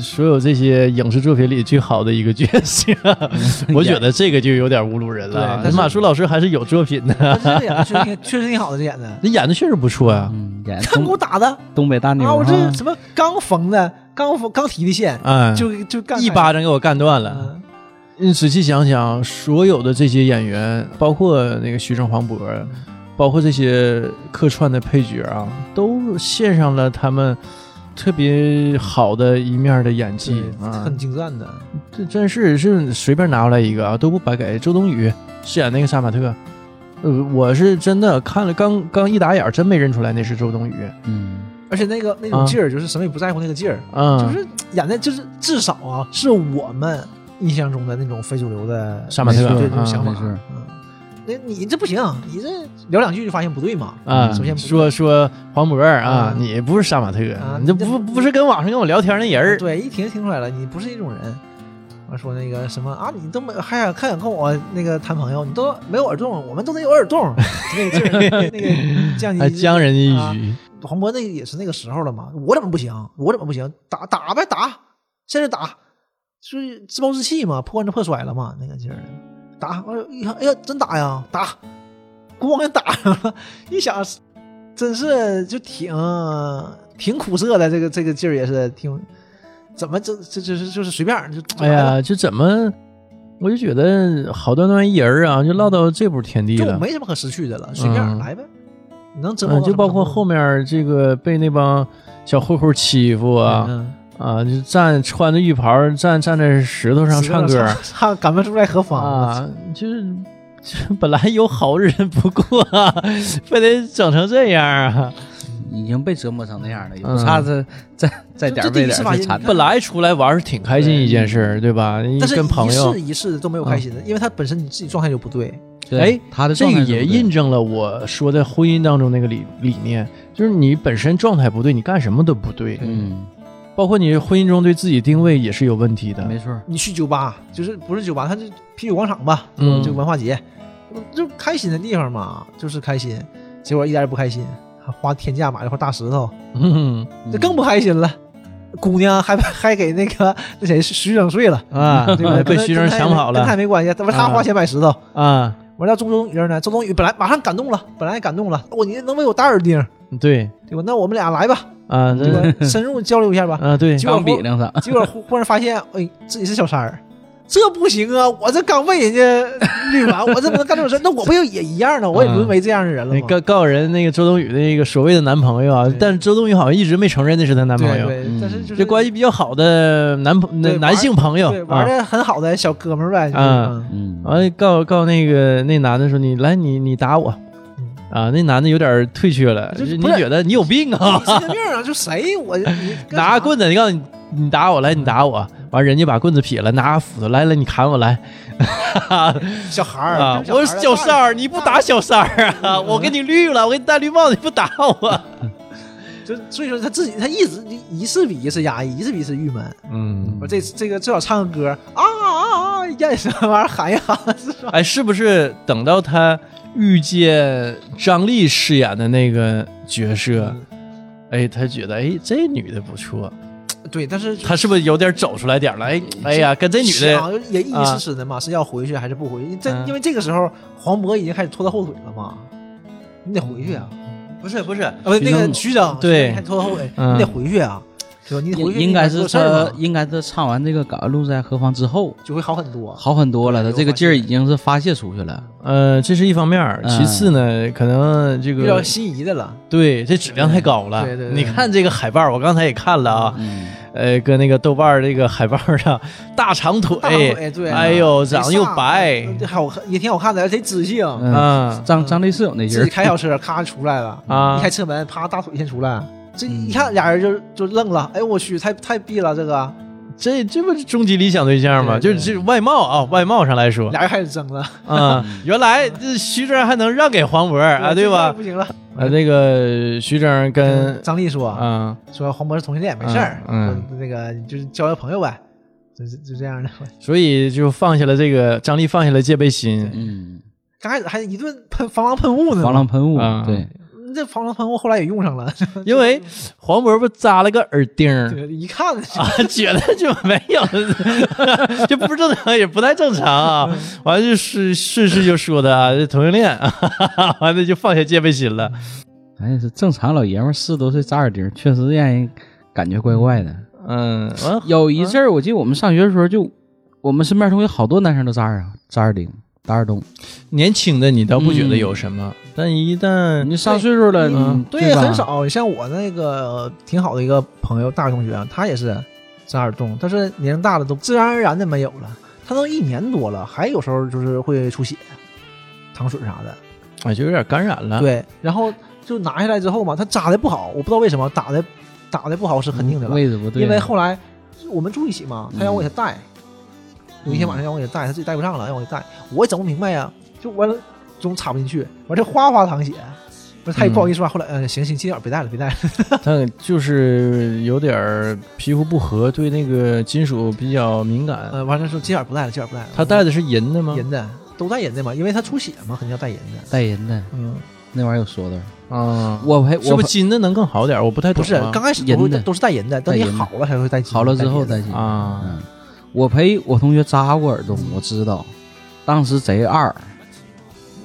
Speaker 1: 所有这些影视作品里最好的一个角色。 我觉得这个就有点侮辱人
Speaker 3: 对
Speaker 1: 了
Speaker 3: 但。是
Speaker 1: 马叔老师还是有作品 的，
Speaker 3: 但是这演的确实挺确实挺好的，这演 的。
Speaker 1: 那演的确实不错呀、
Speaker 2: 嗯，演
Speaker 3: 啊看给
Speaker 2: 东
Speaker 3: 我 打的，
Speaker 2: 东北大妞
Speaker 3: 啊，我
Speaker 2: 哈
Speaker 3: 这什么刚缝的，刚缝刚提的线，
Speaker 1: 啊。嗯，
Speaker 3: 就就干
Speaker 1: 一巴掌给我干断了。
Speaker 3: 嗯
Speaker 1: 你仔细想想，所有的这些演员，包括那个徐峥、黄渤，
Speaker 3: 嗯
Speaker 1: 包括这些客串的配角啊，都献上了他们特别好的一面的演技
Speaker 3: 对
Speaker 1: 啊
Speaker 3: 很！精湛的。
Speaker 1: 这真是是随便拿过来一个啊，都不白给。周冬雨饰演那个杀马特，
Speaker 3: 嗯
Speaker 1: 呃，我是真的看了刚刚一打眼儿，真没认出来那是周冬雨。
Speaker 2: 嗯，
Speaker 3: 而且那个那种
Speaker 1: 啊
Speaker 3: 劲儿，就是什么也不在乎那个劲儿，
Speaker 1: 嗯，
Speaker 3: 就是演的，就是至少啊，是我们印象中的那种非主流的
Speaker 1: 杀马特
Speaker 3: 对这
Speaker 1: 啊
Speaker 3: 种想法
Speaker 2: 没错。
Speaker 3: 嗯那你这不行，你这聊两句就发现不对嘛。
Speaker 1: 啊，
Speaker 3: 首先不
Speaker 1: 说说黄渤儿啊，
Speaker 3: 嗯
Speaker 1: 你不是杀马特，
Speaker 3: 啊
Speaker 1: 你这啊
Speaker 3: 你这
Speaker 1: 不不是跟网上跟我聊天那人儿，
Speaker 3: 对，一听就听出来了，你不是一种人。我说那个什么啊，你都没还想还想跟我那个谈朋友，你都没有耳洞，我们都得有耳洞， 那个劲儿，那 个降
Speaker 1: 还
Speaker 3: 级
Speaker 1: 将哎人家
Speaker 3: 啊
Speaker 1: 一局。
Speaker 3: 黄渤那个也是那个时候了嘛，我怎么不行？我怎么不行？打打呗，打，现在打，就是自暴自弃嘛，破罐子破摔了嘛，那个劲儿的，打，我一看，哎呀，真打呀，打，咣给打上了，一想，真是就挺挺苦涩的，这个这个劲儿也是挺，怎么这这就是就是随便就
Speaker 1: 哎
Speaker 3: 来了
Speaker 1: 呀，就怎么，我就觉得好端端一人儿啊，就落到这步田地
Speaker 3: 就
Speaker 1: 了。
Speaker 3: 没什么可失去的了，随便、
Speaker 1: 嗯
Speaker 3: 来呗，你能折磨、
Speaker 1: 嗯，就包括后面这个被那帮小混混欺负啊
Speaker 3: 嗯
Speaker 1: 啊，就站穿着浴袍站站在石头上唱歌
Speaker 3: 唱唱《敢问路在何方》
Speaker 1: 啊，就是。 就本来有好日子不过、啊 非得整成这样啊！
Speaker 2: 已经被折磨成那样了，也不
Speaker 1: 嗯
Speaker 2: 差这再再点儿
Speaker 3: 就这第一
Speaker 2: 被点
Speaker 3: 次
Speaker 2: 儿
Speaker 3: 发
Speaker 2: 去
Speaker 3: 现
Speaker 2: 缠
Speaker 3: 你
Speaker 2: 的。
Speaker 1: 本来出来玩儿是挺开心一件事儿，对吧？你
Speaker 3: 但是
Speaker 1: 跟朋友嗯
Speaker 3: 一试一试都没有开心的，因为他本身你自己状态就不对。
Speaker 2: 对
Speaker 1: 哎
Speaker 2: 他的
Speaker 1: 这
Speaker 2: 状
Speaker 1: 个
Speaker 2: 态是
Speaker 1: 也
Speaker 2: 不对
Speaker 1: 印证了我说的婚姻当中那个理理念，就是你本身状态不对，你干什么都不对，
Speaker 2: 嗯，
Speaker 1: 包括你婚姻中对自己定位也是有问题的。
Speaker 2: 没错儿，
Speaker 3: 你去酒吧，就是不是酒吧，他就啤酒广场吧，
Speaker 1: 嗯
Speaker 3: 就文化节，就开心的地方嘛，就是开心。结果一点也不开心，还花天价买了块大石头，
Speaker 1: 嗯，
Speaker 3: 这更不开心了。姑娘还还给那个那谁徐徐峥睡了，
Speaker 1: 啊
Speaker 3: 对吧？，
Speaker 1: 被
Speaker 3: 跟他
Speaker 1: 徐峥抢跑
Speaker 3: 跟他也
Speaker 1: 了
Speaker 3: 没关系，他不是他花钱买石头。
Speaker 1: 啊，
Speaker 3: 完了，周冬雨呢？周冬雨本来马上感动了，本来感动了，我、你能为我戴耳钉，
Speaker 1: 对
Speaker 3: 对吧？那我们俩来吧，
Speaker 1: 啊，
Speaker 3: 嗯对
Speaker 1: 那
Speaker 3: 吧？深入交流一下 吧。
Speaker 1: 啊对
Speaker 3: 结果
Speaker 2: 刚比量上，
Speaker 3: 结果忽忽然发现，哎，自己是小三儿，这不行啊！我这刚为人家绿完，我这不能干这种事儿，那我不也也一样呢？我也沦为这样的人了
Speaker 1: 嗯那
Speaker 3: 吗？
Speaker 1: 告告人那个周冬雨的那个所谓的男朋友啊
Speaker 3: 对，
Speaker 1: 但是周冬雨好像一直没承认那是她男朋
Speaker 3: 对
Speaker 1: 友。
Speaker 3: 对
Speaker 2: 嗯，
Speaker 3: 但是就是
Speaker 1: 这关系比较好的男朋
Speaker 3: 对
Speaker 1: 那
Speaker 3: 玩
Speaker 1: 男性朋友
Speaker 3: 对玩
Speaker 1: 啊，
Speaker 3: 的很好的小哥们儿呗，就 是
Speaker 1: 啊
Speaker 2: 嗯，
Speaker 1: 完了告告那个那男的说你来你你打我
Speaker 3: 嗯，
Speaker 1: 啊，那男的有点退却了，
Speaker 3: 就
Speaker 1: 就是你
Speaker 3: 不是
Speaker 1: 觉得你有病啊
Speaker 3: 嗯，你？神经病啊！就谁我你干啥
Speaker 1: 拿棍子，你告诉你，你打我来，你打我，完人家把棍子撇了，拿斧头来来，你砍我来，
Speaker 3: 小孩儿
Speaker 1: 啊，
Speaker 3: 这
Speaker 1: 我
Speaker 3: 不
Speaker 1: 是
Speaker 3: 小
Speaker 1: 小
Speaker 3: 孩
Speaker 1: 三
Speaker 3: 儿
Speaker 1: 儿，你不打小三儿啊，
Speaker 3: 嗯
Speaker 1: 我给你绿了，我给你戴绿帽子，你不打我，
Speaker 3: 就所以说他自己他一直一次比一次压抑，一次比一次郁闷。
Speaker 1: 嗯
Speaker 3: 我这这个最好唱个歌啊啊啊， 咽什么玩意儿喊一喊，是吧？
Speaker 1: 哎，是不是等到他遇见张丽饰演的那个角色，
Speaker 3: 嗯
Speaker 1: 哎，他觉得哎这女的不错，
Speaker 3: 对，但是
Speaker 1: 他是不是有点走出来点了？哎，
Speaker 3: 嗯
Speaker 1: 哎呀，跟这女的，啊
Speaker 3: 想啊也一一思思的嘛，是要回去还是不回去？这
Speaker 1: 嗯
Speaker 3: 因为这个时候黄渤已经开始拖他后腿了嘛，你得回去啊！
Speaker 1: 不是不是，
Speaker 3: 啊，不，那
Speaker 2: 徐
Speaker 3: 个
Speaker 2: 峥
Speaker 3: 徐峥
Speaker 1: 对
Speaker 3: 徐峥开始拖他后腿，
Speaker 1: 嗯
Speaker 3: 你得回去啊，对吧？你得回
Speaker 2: 应
Speaker 3: 去
Speaker 2: 应该
Speaker 3: 你
Speaker 2: 是
Speaker 3: 得做事儿
Speaker 2: 他
Speaker 3: 嘛
Speaker 2: 应该是唱完这个《敢问路在何方》之后，
Speaker 3: 就会好很多。啊
Speaker 2: 好很多了，
Speaker 3: 对
Speaker 2: 他这个劲儿已经是发泄出去了。
Speaker 1: 呃，这是一方面儿，其
Speaker 2: 嗯
Speaker 1: 次呢，可能这
Speaker 3: 遇到
Speaker 1: 个
Speaker 3: 心仪的了，
Speaker 1: 对，这质量太高了。
Speaker 3: 对对对
Speaker 1: 你看这个海报，我刚才也看了啊，
Speaker 2: 嗯，
Speaker 1: 呃，跟那个豆瓣儿这个海报上，大长腿，
Speaker 3: 大腿对，啊
Speaker 1: 哎呦，长得又
Speaker 3: 没
Speaker 1: 白
Speaker 3: 上，对呃还好看，也挺好看的，而且自信，
Speaker 2: 嗯
Speaker 1: 啊
Speaker 2: 张张力是有那劲
Speaker 3: 自
Speaker 2: 儿
Speaker 3: 己，开小车，咔出来了，一
Speaker 1: 啊
Speaker 3: 开，车门，啪，大腿先出来。这
Speaker 2: 嗯
Speaker 3: 一看俩人就就愣了，哎呦我去，太太逼了这个，
Speaker 1: 这这不是终极理想对象吗？
Speaker 3: 对
Speaker 1: 就
Speaker 3: 对
Speaker 1: 是这外貌啊，外貌上来说
Speaker 3: 俩人开始争了
Speaker 1: 啊，原来这徐峥还能让给黄渤啊，对
Speaker 3: 这块
Speaker 1: 吧？
Speaker 3: 不行了，
Speaker 1: 啊，那个徐峥跟
Speaker 3: 张丽说，
Speaker 1: 呃啊，
Speaker 3: 说黄渤是同性恋，没事儿，
Speaker 1: 嗯
Speaker 3: 那个就是交交朋友呗，就是就这样的。
Speaker 1: 所以就放下了这个张力，放下了戒备心
Speaker 2: 嗯，
Speaker 3: 刚开始还一顿喷防狼喷雾呢，
Speaker 2: 防狼喷雾
Speaker 1: 啊，
Speaker 2: 对，
Speaker 3: 这防狼喷雾后来也用上了，
Speaker 1: 因为黄渤不扎了个耳钉儿
Speaker 3: 对， 一看
Speaker 1: 啊， 觉得就没有， 就不是正常，也不太正常
Speaker 3: 嗯
Speaker 1: 啊。完了就是顺势就说的啊，这同性恋， 啊，完了就放下戒备心了。
Speaker 2: 咱哎也是正常老爷们儿四十多岁扎耳钉儿，确实让人感觉怪怪的。
Speaker 1: 嗯，完了
Speaker 2: 有一阵儿，我记得我们上学的时候就，我们身边同学好多男生都扎耳啊，扎耳钉、打耳洞。
Speaker 1: 年轻的你倒不觉得有什么，
Speaker 3: 嗯
Speaker 1: 但一旦
Speaker 2: 你上岁数了，
Speaker 1: 嗯
Speaker 2: 你
Speaker 3: 对，
Speaker 2: 吧
Speaker 3: 很。少。像我那个挺好的一个朋友，大学同学啊，他也是扎耳洞，但是年龄大了都自然而然的没有了。他都一年多了，还有时候就是会出血、淌水啥的。
Speaker 1: 啊就有点感染了。
Speaker 3: 对，然后就拿下来之后嘛，他扎的不好，我不知道为什么打的打的不好是肯定的了，
Speaker 2: 位置不对，
Speaker 3: 因为后来我们住一起嘛，他让我给他带，
Speaker 2: 嗯
Speaker 3: 有一天晚上让我给他带，他自己带不上了，让我给他带，我也整不明白呀、就完了总插不进去，完这哗哗淌血。不是他也不好意思说话，后来嗯、呃行行，今天晚上别带了，别带 了。
Speaker 1: 但就是有点儿皮肤不和，对那个金属比较敏感。
Speaker 3: 呃，完了说今晚不带了，今晚不带了。
Speaker 1: 他戴的是银的吗？
Speaker 3: 银的，都带银的嘛，因为他出血嘛，肯定要带银的。
Speaker 2: 带人的
Speaker 3: 嗯，
Speaker 2: 那玩意儿有说道。
Speaker 1: 啊，
Speaker 2: 我陪
Speaker 1: 是
Speaker 2: 我
Speaker 1: 不
Speaker 2: 陪
Speaker 1: 是金的能更好点儿？我不太
Speaker 3: 不
Speaker 1: 懂
Speaker 3: 是，
Speaker 1: 啊。
Speaker 3: 刚开始都会
Speaker 2: 银的
Speaker 3: 都是带银的，等你
Speaker 2: 带银的
Speaker 3: 好了才会带金的。
Speaker 2: 好了之后
Speaker 3: 带
Speaker 2: 再
Speaker 3: 银
Speaker 2: 去
Speaker 3: 的。
Speaker 1: 啊，
Speaker 2: 嗯，我陪我同学扎过耳洞，我知道，当时贼二，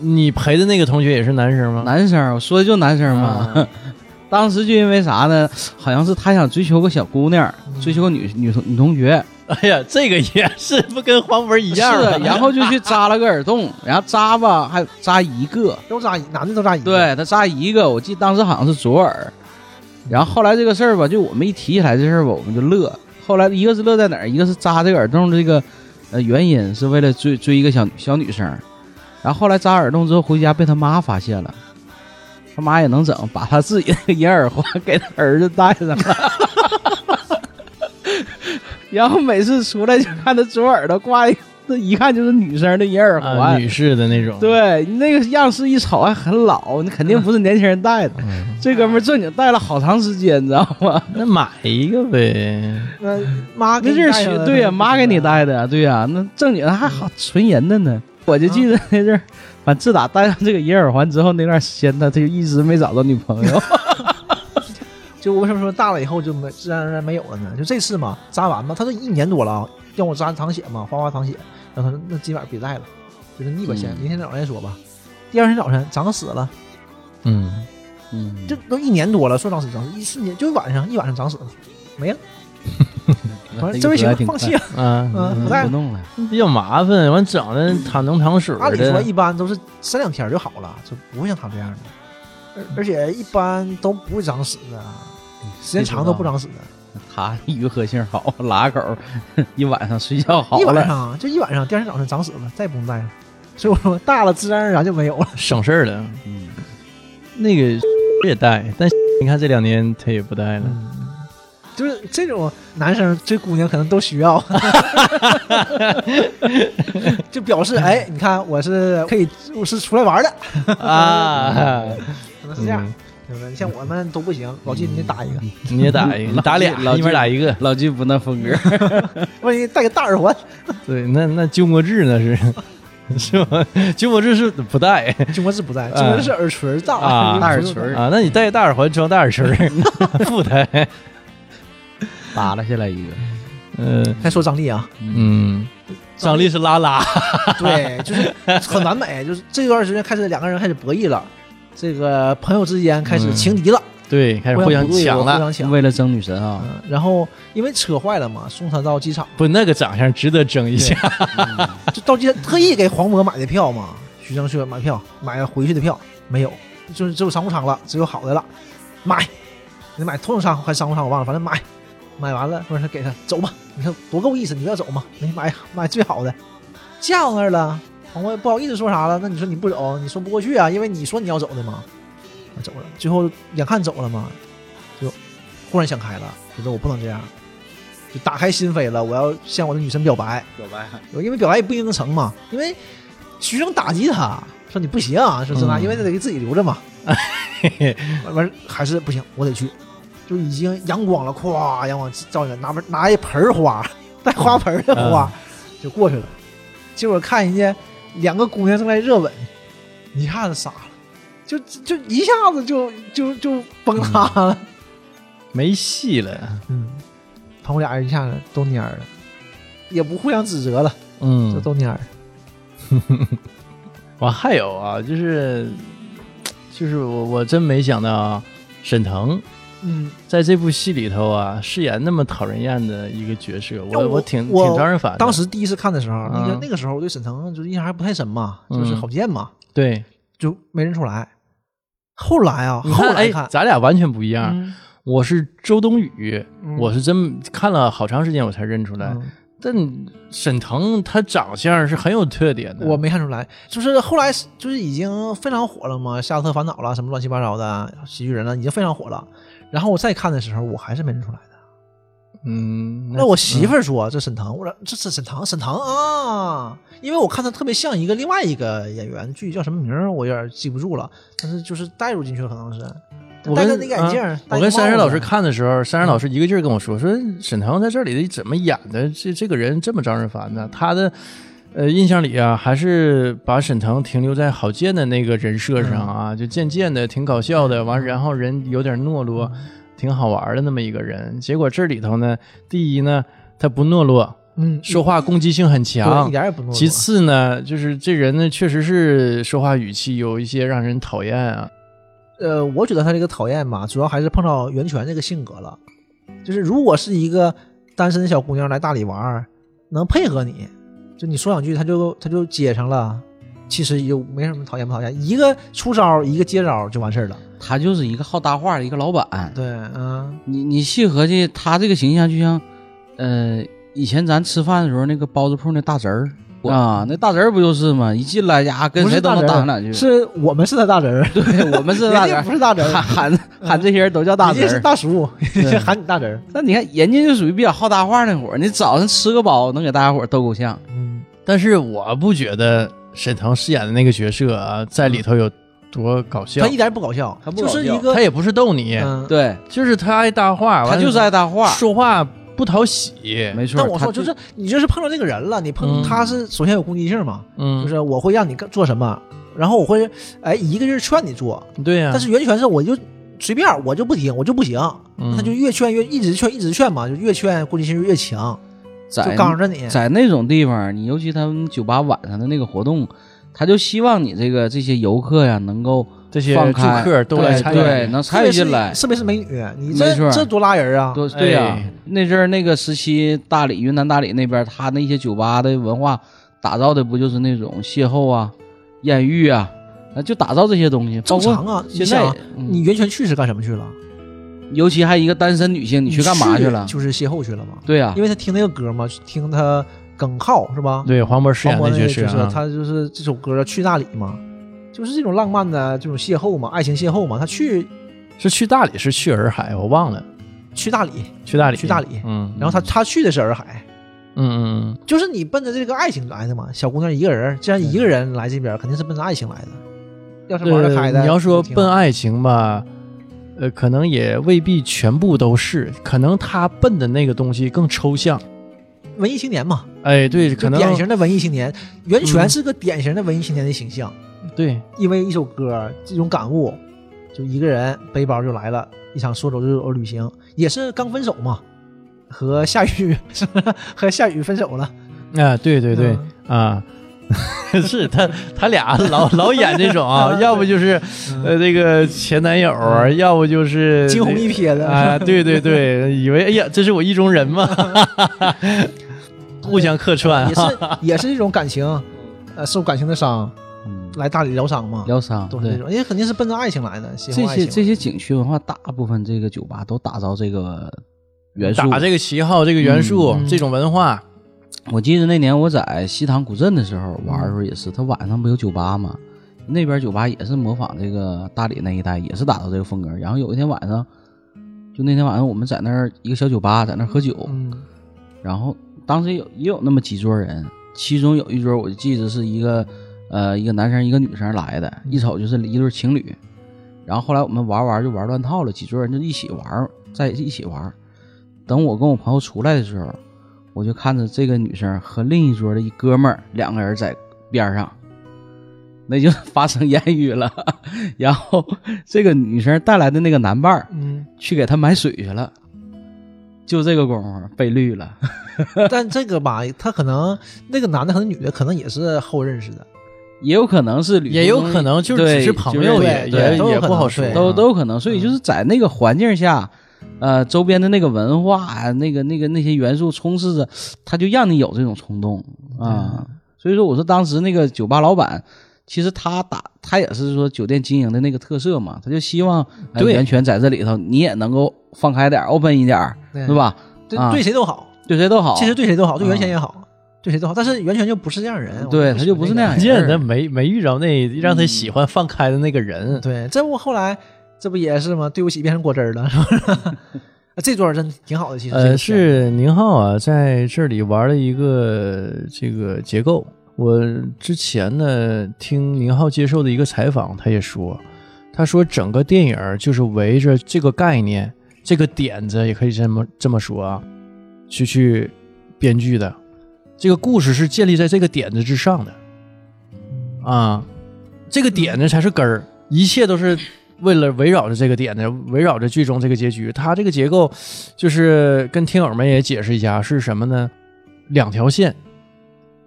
Speaker 1: 你陪的那个同学也是男生吗？
Speaker 2: 男生，我说的就男生嘛。
Speaker 1: 嗯啊
Speaker 2: 当时就因为啥呢？好像是他想追求个小姑娘，
Speaker 1: 嗯
Speaker 2: 追求个女女同女同学，
Speaker 1: 哎呀，这个也是不跟黄渤一
Speaker 2: 是，
Speaker 1: 样啊吗？
Speaker 2: 然后就去扎了个耳洞，然后扎吧，还扎一个，
Speaker 3: 都扎银男的都扎银。，
Speaker 2: 对他扎一个，我记得当时好像是左耳，然后后来这个事儿吧，就我们一提起来这事儿吧，我们就乐。后来一个是乐在哪儿，一个是扎这个耳洞这个呃原因是为了追追一个小小女生，然后后来扎耳洞之后回家被他妈发现了，他妈也能整，把他自己那个银耳环给他儿子戴上了。 然后每次出来就看他左耳朵挂一个，一看就是女生的银耳环、
Speaker 1: 啊，女士的那种，，
Speaker 2: 对你那个样式一瞅还很老，你肯定不是年轻人戴
Speaker 1: 嗯
Speaker 2: 的。这哥们儿正经戴了好长时间，你知道吗？
Speaker 1: 那买一个呗。
Speaker 3: 那呃妈给
Speaker 2: 那
Speaker 3: 你
Speaker 2: 阵
Speaker 3: 带上
Speaker 2: 儿
Speaker 3: 了
Speaker 2: 对呀、
Speaker 3: 他就
Speaker 2: 妈给你戴的，对呀、那正经还好纯银的呢。我就记得那阵儿，反正自打戴上这个银耳环之后，那段时间他他就一直没找到女朋友。
Speaker 3: 就为什么说大了以后就没自然而然没有了呢？就这次嘛，扎完嘛，他都一年多了啊，让我扎淌血嘛，哗哗淌血。然后他说那今晚别戴了，就是腻吧先，
Speaker 2: 嗯
Speaker 3: 明天早上再说吧。第二天早晨长死了，
Speaker 1: 嗯，
Speaker 2: 嗯，
Speaker 3: 这都一年多了，说长死长死，一瞬间就晚上一晚上长死了，没了。完了这位
Speaker 2: 行
Speaker 3: 行，放弃了。
Speaker 1: 啊，
Speaker 3: 嗯，不戴
Speaker 2: 不
Speaker 3: 了。
Speaker 2: 弄了。
Speaker 1: 比较麻烦，完整的淌能淌水
Speaker 3: 按理说
Speaker 1: 的，
Speaker 3: 一般都是三两天就好了，就不会像他这样的。而而且一般都不会长死的，
Speaker 2: 嗯
Speaker 3: 时间长都不长死的。
Speaker 2: 他愈合性好，拉狗一晚上睡觉好
Speaker 3: 一 晚
Speaker 2: 了。
Speaker 3: 上就一晚上，第二天早上长死了，再也不用戴了。所以我说大了自然而然就没有了。
Speaker 1: 省事儿了。
Speaker 2: 嗯，
Speaker 1: 那个 也戴，但 你看这两年他也不戴了。
Speaker 3: 嗯，就是这种男生追姑娘可能都需要， 就表
Speaker 1: 嗯
Speaker 3: 示哎，你看我是可以，我是出来玩的，
Speaker 1: 啊，
Speaker 3: 可能是这样，
Speaker 1: 嗯
Speaker 3: 对不对？像我们都不行，老季你得打一个，
Speaker 1: 你也打一哎个，你打俩，
Speaker 2: 老
Speaker 1: 一边打一个。
Speaker 2: 老季不那风格，
Speaker 3: 我给你戴个大耳环，
Speaker 1: 对，那那鸠摩智那是 是吧？鸠摩智是不戴
Speaker 3: 金国志不在，金国志是耳垂大
Speaker 1: 嗯啊
Speaker 2: 大耳垂
Speaker 1: 啊，那你戴个大耳环装大耳垂儿， 不戴。
Speaker 2: 耷拉下来一个。
Speaker 1: 嗯
Speaker 3: 还说张力啊，
Speaker 1: 嗯，张力是拉拉，
Speaker 3: 对，就是很完美，就是这段时间开始两个人开始博弈了，这个朋友之间开始情敌了，
Speaker 1: 对，嗯开始互
Speaker 3: 相
Speaker 1: 相
Speaker 3: 不对
Speaker 1: 抢
Speaker 3: 我互
Speaker 1: 了。
Speaker 3: 相抢。
Speaker 2: 为了争女神啊，
Speaker 3: 嗯，然后因为车坏了嘛，送他到机场，
Speaker 1: 不，那个长相值得争一下。
Speaker 3: 就到机场特意给黄渤买的票嘛，徐峥去买票，买了回去的票没有，就是只有商务舱了，只有好的了，买，你买头等舱还是商务舱我忘了，反正买，买完了说是给他走吧，你看多够意思，你要走吗？没买买最好的，架到那儿了，黄渤不好意思说啥了，那你说你不走，你说不过去啊，因为你说你要走的嘛，那走了，最后眼看走了嘛，就忽然想开了，觉得我不能这样，就打开心扉了，我要向我的女神表白。
Speaker 2: 表白
Speaker 3: 因为表白也不一定能成嘛，因为徐峥打击他说你不行啊，说这那，
Speaker 1: 嗯
Speaker 3: 因为他得给自己留 着嘛。完完还是不行，我得去，就已经阳光了，咵，阳光照进来，拿盆拿一盆儿花，带花盆儿的花、就过去了。结果看人家两个姑娘正在热吻，一下子傻了，就就一下子就就就崩塌了。
Speaker 1: 没戏了，
Speaker 3: 嗯，朋友俩人一下子都蔫儿了，也不互相指责了，就
Speaker 1: 嗯，
Speaker 3: 都蔫儿了。
Speaker 1: 完还有啊，就是就是我我真没想到沈腾
Speaker 3: 嗯。
Speaker 1: 在这部戏里头啊饰演那么讨人厌的一个角色，
Speaker 3: 那
Speaker 1: 我
Speaker 3: 我
Speaker 1: 挺
Speaker 3: 我
Speaker 1: 挺招人烦的。
Speaker 3: 当时第一次看的时候，那个
Speaker 1: 嗯
Speaker 3: 那个时候我对沈腾就是印象还不太深嘛，
Speaker 1: 嗯
Speaker 3: 就是郝建嘛，
Speaker 1: 对，
Speaker 3: 就没认出来。后来啊，
Speaker 1: 你
Speaker 3: 后来
Speaker 1: 哎
Speaker 3: 看，，
Speaker 1: 咱俩完全不一样。
Speaker 3: 嗯
Speaker 1: 我是周冬雨，
Speaker 3: 嗯
Speaker 1: 我是真看了好长时间我才认出来。
Speaker 3: 嗯
Speaker 1: 但沈腾他长相是很有特点的，
Speaker 3: 我没看出来，就是后来就是已经非常火了嘛，《夏洛特烦恼》了，什么乱七八糟的喜剧人了，已经非常火了。然后我再看的时候，我还是没认出来的。
Speaker 1: 嗯，
Speaker 3: 那我媳妇儿说这沈腾，我说这这沈腾，沈腾啊，因为我看他特别像一个另外一个演员，具体叫什么名儿我有点记不住了，但是就是带入进去了，可能是。
Speaker 1: 我
Speaker 3: 戴
Speaker 1: 跟啊
Speaker 3: 个那个眼镜儿，
Speaker 1: 我
Speaker 3: 戴个
Speaker 1: 跟珊珊
Speaker 3: 帽
Speaker 1: 老
Speaker 3: 子
Speaker 1: 师看的时候，珊珊老师一个劲儿跟我说，说沈腾在这里怎么演的，这这个人这么招人烦呢？他的呃印象里啊，还是把沈腾停留在郝建的那个人设上
Speaker 3: 嗯
Speaker 1: 啊，就渐渐的挺搞笑的，完然后人有点懦弱，
Speaker 3: 嗯
Speaker 1: 挺好玩的那么一个人。结果这里头呢，第一呢，他不懦弱，
Speaker 3: 嗯，
Speaker 1: 说话攻击性很强，
Speaker 3: 对，一点也不懦弱。
Speaker 1: 其次呢，就是这人呢，确实是说话语气有一些让人讨厌啊。
Speaker 3: 呃，我觉得他这个讨厌吧，主要还是碰到袁泉这个性格了。就是如果是一个单身的小姑娘来大理玩儿，能配合你，就你说两句，他就他就接上了。其实也没什么讨厌不讨厌，一个出招，一个接招就完事儿了。
Speaker 2: 他就是一个好搭话的一个老板。
Speaker 3: 对，嗯
Speaker 2: 你你细合计，他这个形象就像，呃，以前咱吃饭的时候那个包子铺那大侄儿啊，那大侄儿不就是吗？一进来呀，跟
Speaker 3: 不
Speaker 2: 谁
Speaker 3: 是
Speaker 2: 都
Speaker 3: 大
Speaker 2: 能
Speaker 3: 侄
Speaker 2: 搭上
Speaker 3: 儿，
Speaker 2: 两句。
Speaker 3: 是我们是他大侄儿，
Speaker 2: 对，我们是大
Speaker 3: 人
Speaker 2: 侄
Speaker 3: 家
Speaker 2: 儿
Speaker 3: 不，是大侄
Speaker 2: 喊
Speaker 3: 儿，
Speaker 2: 喊喊这些人都叫大
Speaker 3: 人
Speaker 2: 侄
Speaker 3: 家是
Speaker 2: 儿。
Speaker 3: 大叔，人家 喊你大侄儿。
Speaker 2: 那你看，人家就属于比较好搭话那伙儿，你早上吃个包能给大家伙儿逗够呛。
Speaker 3: 嗯，
Speaker 1: 但是我不觉得沈腾饰演的那个角色啊，在里头有多搞笑
Speaker 3: 他一，点也不搞笑，
Speaker 2: 他不
Speaker 3: 就
Speaker 2: 搞
Speaker 3: 是
Speaker 2: 笑
Speaker 3: 一个
Speaker 1: 他也不是逗你，
Speaker 3: 嗯，
Speaker 2: 对，
Speaker 1: 就是他爱搭话，
Speaker 2: 他
Speaker 1: 完了
Speaker 2: 就是爱搭话，
Speaker 1: 说话不讨喜。
Speaker 2: 没错。
Speaker 3: 但我
Speaker 2: 他
Speaker 3: 说就是你就是碰到这个人了，你
Speaker 1: 嗯
Speaker 3: 碰他是首先有攻击性嘛，就
Speaker 1: 嗯，
Speaker 3: 是我会让你干做什么，然后我会哎一个劲儿劝你做，
Speaker 2: 嗯
Speaker 1: 对呀、
Speaker 3: 但是袁泉是我就随便我就不听，我就不行，
Speaker 1: 嗯
Speaker 3: 他就越劝越一直劝一直劝嘛，就越劝攻击性越强，就
Speaker 2: 在
Speaker 3: 刚着你。
Speaker 2: 在那种地方，你尤其他们酒吧晚上的那个活动，他就希望你这个这些游客呀能够
Speaker 1: 这些
Speaker 2: 放
Speaker 1: 住
Speaker 2: 开
Speaker 1: 客都来
Speaker 2: 对
Speaker 1: 参与，
Speaker 2: 对，能
Speaker 3: 特
Speaker 2: 参与
Speaker 3: 别是
Speaker 2: 进来。
Speaker 3: 特别是美女，你
Speaker 2: 没错
Speaker 3: 这这多拉人啊！
Speaker 2: 对对呀、
Speaker 1: 哎
Speaker 2: 那阵儿那个时期，大理云南大理那边，他那些酒吧的文化打造的不就是那种邂逅啊、艳遇啊，啊就打造这些东西。包
Speaker 3: 正
Speaker 2: 括
Speaker 3: 常啊，你
Speaker 2: 现
Speaker 3: 想
Speaker 2: 在
Speaker 3: 啊，，
Speaker 2: 嗯
Speaker 3: 你源泉去是干什么去了？
Speaker 2: 尤其还一个单身女性，你去干嘛去了？啊
Speaker 3: 就是邂逅去了嘛。
Speaker 2: 对呀、
Speaker 3: 因为他听那个歌嘛，听他耿浩是吧？
Speaker 1: 对黄渤饰
Speaker 3: 黄
Speaker 1: 演
Speaker 3: 渤
Speaker 1: 那
Speaker 3: 那
Speaker 1: 角
Speaker 3: 个
Speaker 1: 色
Speaker 3: 角色，
Speaker 1: 啊，
Speaker 3: 他就是这首歌去那里嘛，就是这种浪漫的这种邂逅嘛，爱情邂逅嘛。他去
Speaker 1: 是去大理是去洱海，我忘了，
Speaker 3: 去大理，
Speaker 1: 去大理，
Speaker 3: 去大理
Speaker 1: 嗯，
Speaker 3: 然后他他去的是洱海，
Speaker 1: 嗯嗯
Speaker 3: 就是你奔着这个爱情来的嘛。小姑娘一个人，既然一个人来这边，肯定是奔着爱情来的。要是
Speaker 1: 嗯，
Speaker 3: 玩得开的，
Speaker 1: 呃你要说
Speaker 3: 挺好
Speaker 1: 奔爱情吧，呃，可能也未必全部都是，可能他奔的那个东西更抽象，
Speaker 3: 文艺青年嘛，
Speaker 1: 哎，对，
Speaker 3: 就
Speaker 1: 可能
Speaker 3: 典型的文艺青年，袁
Speaker 1: 嗯
Speaker 3: 泉是个典型的文艺青年的形象。
Speaker 1: 对，
Speaker 3: 因为一首歌这种感悟，就一个人背包就来了一场说走就走的旅行，也是刚分手嘛，和夏雨 是不是和夏雨分手了？
Speaker 1: 啊，对对对，啊。 是他，他俩老老演这种啊，要不就是，呃，这个前男友啊，要不就是
Speaker 3: 嗯惊鸿一瞥的
Speaker 1: 啊，对对对，以为哎呀，这是我意中人嘛，互相客串
Speaker 3: 也
Speaker 1: 啊，
Speaker 3: 是也是这种感情，呃，受感情的伤，
Speaker 2: 嗯
Speaker 3: 来大理疗伤嘛，
Speaker 2: 疗伤
Speaker 3: 都是这
Speaker 2: 对。
Speaker 3: 种，因为肯定是奔着爱情来的，邂
Speaker 2: 这
Speaker 3: 逅爱情
Speaker 2: 些
Speaker 3: 嘛
Speaker 2: 这些景区文化，大部分这个酒吧都打造这个元素。
Speaker 1: 打这个旗号、这个元素、
Speaker 3: 嗯
Speaker 1: 这种文化，
Speaker 2: 我记得那年我在西塘古镇的时候玩的时候也是，他晚上不有酒吧吗？那边酒吧也是模仿这个大理那一带，也是打造这个风格。然后有一天晚上，就那天晚上我们在那儿一个小酒吧，在那儿喝酒，
Speaker 1: 嗯
Speaker 2: 然后当时有也有那么几桌人，其中有一桌我就记得是一个呃一个男生一个女生来的，一瞅就是一对情侣。然后后来我们玩玩就玩乱套了，几桌人就一起玩，在一起玩。等我跟我朋友出来的时候，我就看着这个女生和另一桌的一哥们儿两个人在边上，那就发生艳遇了。 然后这个女生带来的那个男伴儿
Speaker 3: 嗯，
Speaker 2: 去给他买水去了，就这个功夫被绿了。
Speaker 3: 但这个吧，他可能那个男的和女的可能也是后认识的，
Speaker 2: 也有可能是旅途中，
Speaker 1: 也有可能啊就是只
Speaker 2: 对
Speaker 1: 是朋友，
Speaker 2: 就
Speaker 1: 也
Speaker 2: 是
Speaker 1: 也
Speaker 2: 对
Speaker 3: 都有
Speaker 1: 也不
Speaker 3: 可能
Speaker 1: 好说
Speaker 3: 对，
Speaker 2: 都都有可能。所以就是在那个环境下，呃，周边的那个文化啊，那个那个那些元素充斥着，它就让你有这种冲动啊。所以说，我说当时那个酒吧老板。其实他打他也是说酒店经营的那个特色嘛，他就希望哎
Speaker 1: 对
Speaker 2: 源泉在这里头，你也能够放开点儿，open 一点儿，
Speaker 3: 对
Speaker 2: 是？吧？
Speaker 3: 对
Speaker 2: 啊
Speaker 3: 对谁都好，
Speaker 2: 对谁都好。
Speaker 3: 其实对谁都好，对
Speaker 2: 啊
Speaker 3: 袁泉也好，对谁都好，但是袁泉就不是这样人，我
Speaker 2: 对
Speaker 3: 觉得
Speaker 2: 他就不是那样
Speaker 1: 关键
Speaker 2: 人
Speaker 1: 他
Speaker 2: 儿。
Speaker 1: 没没遇着那让他喜欢放开的那个人，
Speaker 3: 对，这不后来这不也是吗？对不起，变成果汁儿了，是不 是？这桌儿真挺好的，其实这
Speaker 1: 呃，
Speaker 3: 个选择
Speaker 1: 是宁浩啊，在这里玩了一个这个结构。我之前呢听宁浩接受的一个采访，他也说，他说整个电影儿就是围着这个概念、这个点子，也可以这么这么说啊，去去编剧的。这个故事是建立在这个点子之上的，啊，这个点子才是根儿，一切都是为了围绕着这个点子，围绕着最终这个结局。它这个结构就是跟听友们也解释一下是什么呢？两条线，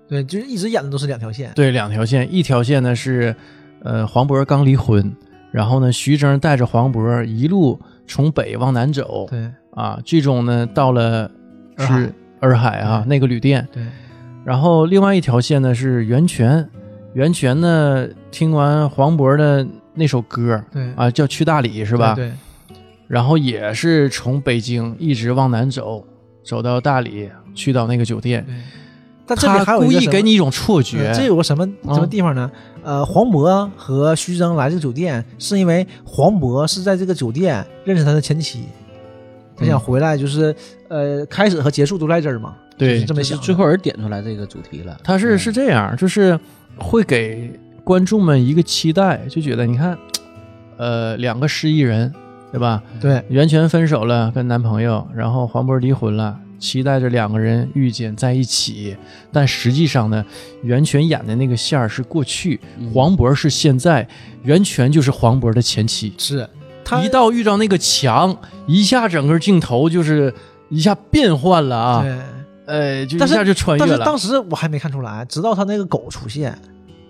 Speaker 3: 对，就是一直演的都是两条线，
Speaker 1: 对，两条线，一条线呢是，呃，黄渤刚离婚，然后呢，徐峥带着黄渤一路从北往南走，
Speaker 3: 对
Speaker 1: 啊，最终呢到了
Speaker 3: 洱海
Speaker 1: 是洱海啊
Speaker 3: 嗯
Speaker 1: 那个旅店，
Speaker 3: 对
Speaker 1: 然后另外一条线呢是袁泉，袁泉呢听完黄渤的那首歌
Speaker 3: 对，
Speaker 1: 啊，叫《去大理》是
Speaker 3: 是
Speaker 1: 吧？
Speaker 3: 对，
Speaker 1: 然后也是从北京一直往南走，走到大理，去到那个酒店。
Speaker 3: 对但这里还
Speaker 1: 他
Speaker 3: 有一
Speaker 1: 故
Speaker 3: 个
Speaker 1: 意
Speaker 3: 什么
Speaker 1: 给你一种错觉，
Speaker 3: 嗯这有个什么
Speaker 1: 啊
Speaker 3: 什么地方呢？呃，黄渤和徐峥来这个酒店，是因为黄渤是在这个酒店认识他的前妻，他
Speaker 1: 嗯
Speaker 3: 想回来就是呃，开始和结束都在这儿嘛，就是
Speaker 1: 对
Speaker 3: 这么
Speaker 2: 就是
Speaker 3: 想的。
Speaker 2: 最后人点出来这个主题了，
Speaker 1: 他是
Speaker 2: 嗯
Speaker 1: 是这样，就是会给观众们一个期待，就觉得你看，呃，两个失忆人，对吧？
Speaker 3: 对
Speaker 1: 袁泉分手了，跟男朋友，然后黄渤离婚了，期待着两个人遇见在一起。但实际上呢，袁泉演的那个线儿是过去，
Speaker 2: 嗯
Speaker 1: 黄渤是现在，袁泉就是黄渤的前妻。
Speaker 3: 是，他
Speaker 1: 一到遇到那个墙，一下整个镜头就是一下变换了啊，
Speaker 3: 对，
Speaker 1: 呃，就一
Speaker 3: 但是
Speaker 1: 下就穿越
Speaker 3: 但是
Speaker 1: 了。
Speaker 3: 当时我还没看出来，直到他那个狗出现，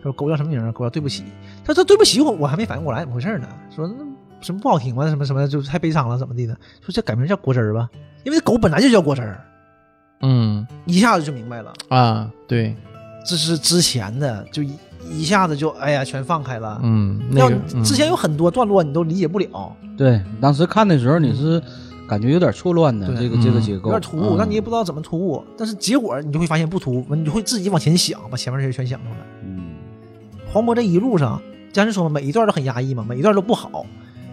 Speaker 3: 说狗叫什么名儿？狗叫对不起。他说对不起我，我还没反应过来怎么回事呢。说那什么不好听吗？什么什么就是太悲伤了，怎么地的？说这改名叫果汁儿吧，因为这狗本来就叫果汁儿，
Speaker 1: 嗯
Speaker 3: 一下子就明白了。
Speaker 1: 啊，对，
Speaker 3: 这是之前的，就一一下子就哎呀全放开了。
Speaker 1: 嗯，那
Speaker 3: 要
Speaker 1: 个嗯
Speaker 3: 之前有很多段落你都理解不了，
Speaker 2: 对，当时看的时候你是感觉有点错乱的
Speaker 3: 嗯对
Speaker 2: 这个这个
Speaker 1: 嗯
Speaker 2: 结构，
Speaker 3: 有点突兀，
Speaker 2: 嗯
Speaker 3: 但你也不知道怎么突兀。但是结果你就会发现不突兀，你就会自己往前想，把前面这些全想出来。
Speaker 2: 嗯
Speaker 3: 黄渤这一路上，家人说嘛，每一段都很压抑嘛，每一段都不好。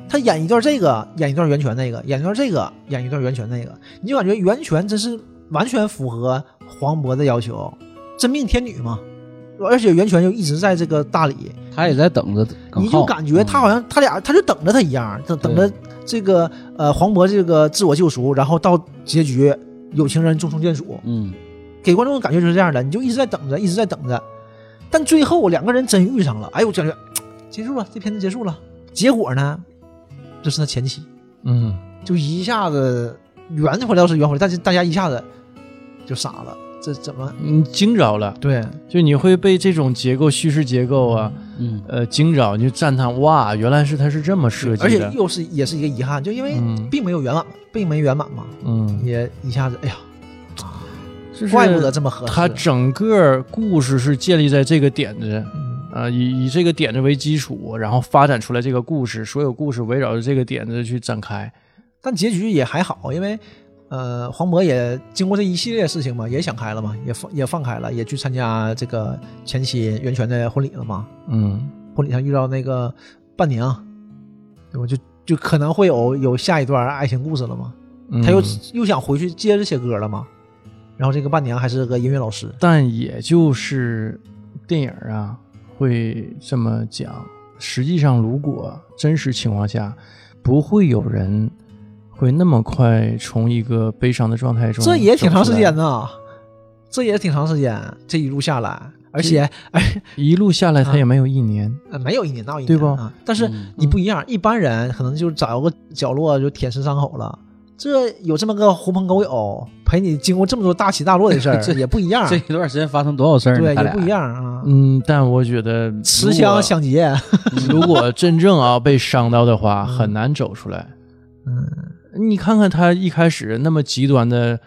Speaker 3: 他演一段这个，演一段袁泉那个，演一段这个，演一段袁泉那个，你就感觉袁泉真是完全符合黄渤的要求，真命天女嘛。而且袁泉就一直在这个大理，
Speaker 2: 他也在等嗯着耿浩，
Speaker 3: 你就感觉他好
Speaker 1: 嗯
Speaker 3: 像他俩他就等着他一样，等等着这个呃黄渤这个自我救赎，然后到结局有情人终成眷属，
Speaker 2: 嗯
Speaker 3: 给观众的感觉就是这样的，你就一直在等着，一直在等着，但最后两个人真遇上了，哎呦，我感觉嘖结束了，这片子结束了。结果呢，这是他前妻，
Speaker 1: 嗯
Speaker 3: 就一下子圆回来是圆回来，但是大家一下子就傻了，这怎么？
Speaker 1: 嗯惊着了，
Speaker 3: 对，
Speaker 1: 就你会被这种结构叙事结构啊，
Speaker 2: 嗯
Speaker 1: 呃惊着，你就赞叹哇，原来是他是这么设
Speaker 3: 而
Speaker 1: 计
Speaker 3: 且
Speaker 1: 的，
Speaker 3: 又是也是一个遗憾，就因为
Speaker 1: 嗯
Speaker 3: 并没有圆满，并没圆满嘛，
Speaker 1: 嗯，
Speaker 3: 也一下子，哎呀，
Speaker 1: 就是
Speaker 3: 怪不得这么合适。
Speaker 1: 他整个故事是建立在这个点子。
Speaker 3: 嗯
Speaker 1: 啊，以以这个点子为基础，然后发展出来这个故事，所有故事围绕着这个点子去展开。
Speaker 3: 但结局也还好，因为呃，黄渤也经过这一系列事情嘛，也想开了嘛，也放也放开了，也去参加这个前妻袁泉的婚礼了嘛。
Speaker 1: 嗯
Speaker 3: 婚礼上遇到那个伴娘，对吧？就就可能会有有下一段爱情故事了嘛。
Speaker 1: 嗯
Speaker 3: 他又、又想回去接着写歌了嘛。然后这个伴娘还是个音乐老师，
Speaker 1: 但也就是电影啊会这么讲。实际上，如果真实情况下，不会有人会那么快从一个悲伤的状态中走出来，
Speaker 3: 这也挺长时间呢，这也挺长时间，这一路下来，而且
Speaker 1: 一路下
Speaker 3: 嗯
Speaker 1: 来，他也没有一年。
Speaker 3: 呃没有一年到一年
Speaker 1: 对不
Speaker 3: 啊，但是
Speaker 2: 嗯
Speaker 3: 你不一样，一般人可能就找个角落就舔舐伤口了。这有这么个狐朋狗友陪你经过这么多大起大落的事儿，
Speaker 2: 这
Speaker 3: 也不一样，
Speaker 2: 这一段时间发生多少事儿呢？
Speaker 3: 对，
Speaker 2: 他
Speaker 3: 也
Speaker 2: 俩
Speaker 3: 不一样啊。
Speaker 1: 嗯，但我觉得
Speaker 3: 持枪
Speaker 1: 想，
Speaker 3: 抢劫，
Speaker 1: 如果真正啊被伤到的话，
Speaker 3: 嗯
Speaker 1: 很难走出来。
Speaker 3: 嗯，
Speaker 1: 你看看他一开始那么极端的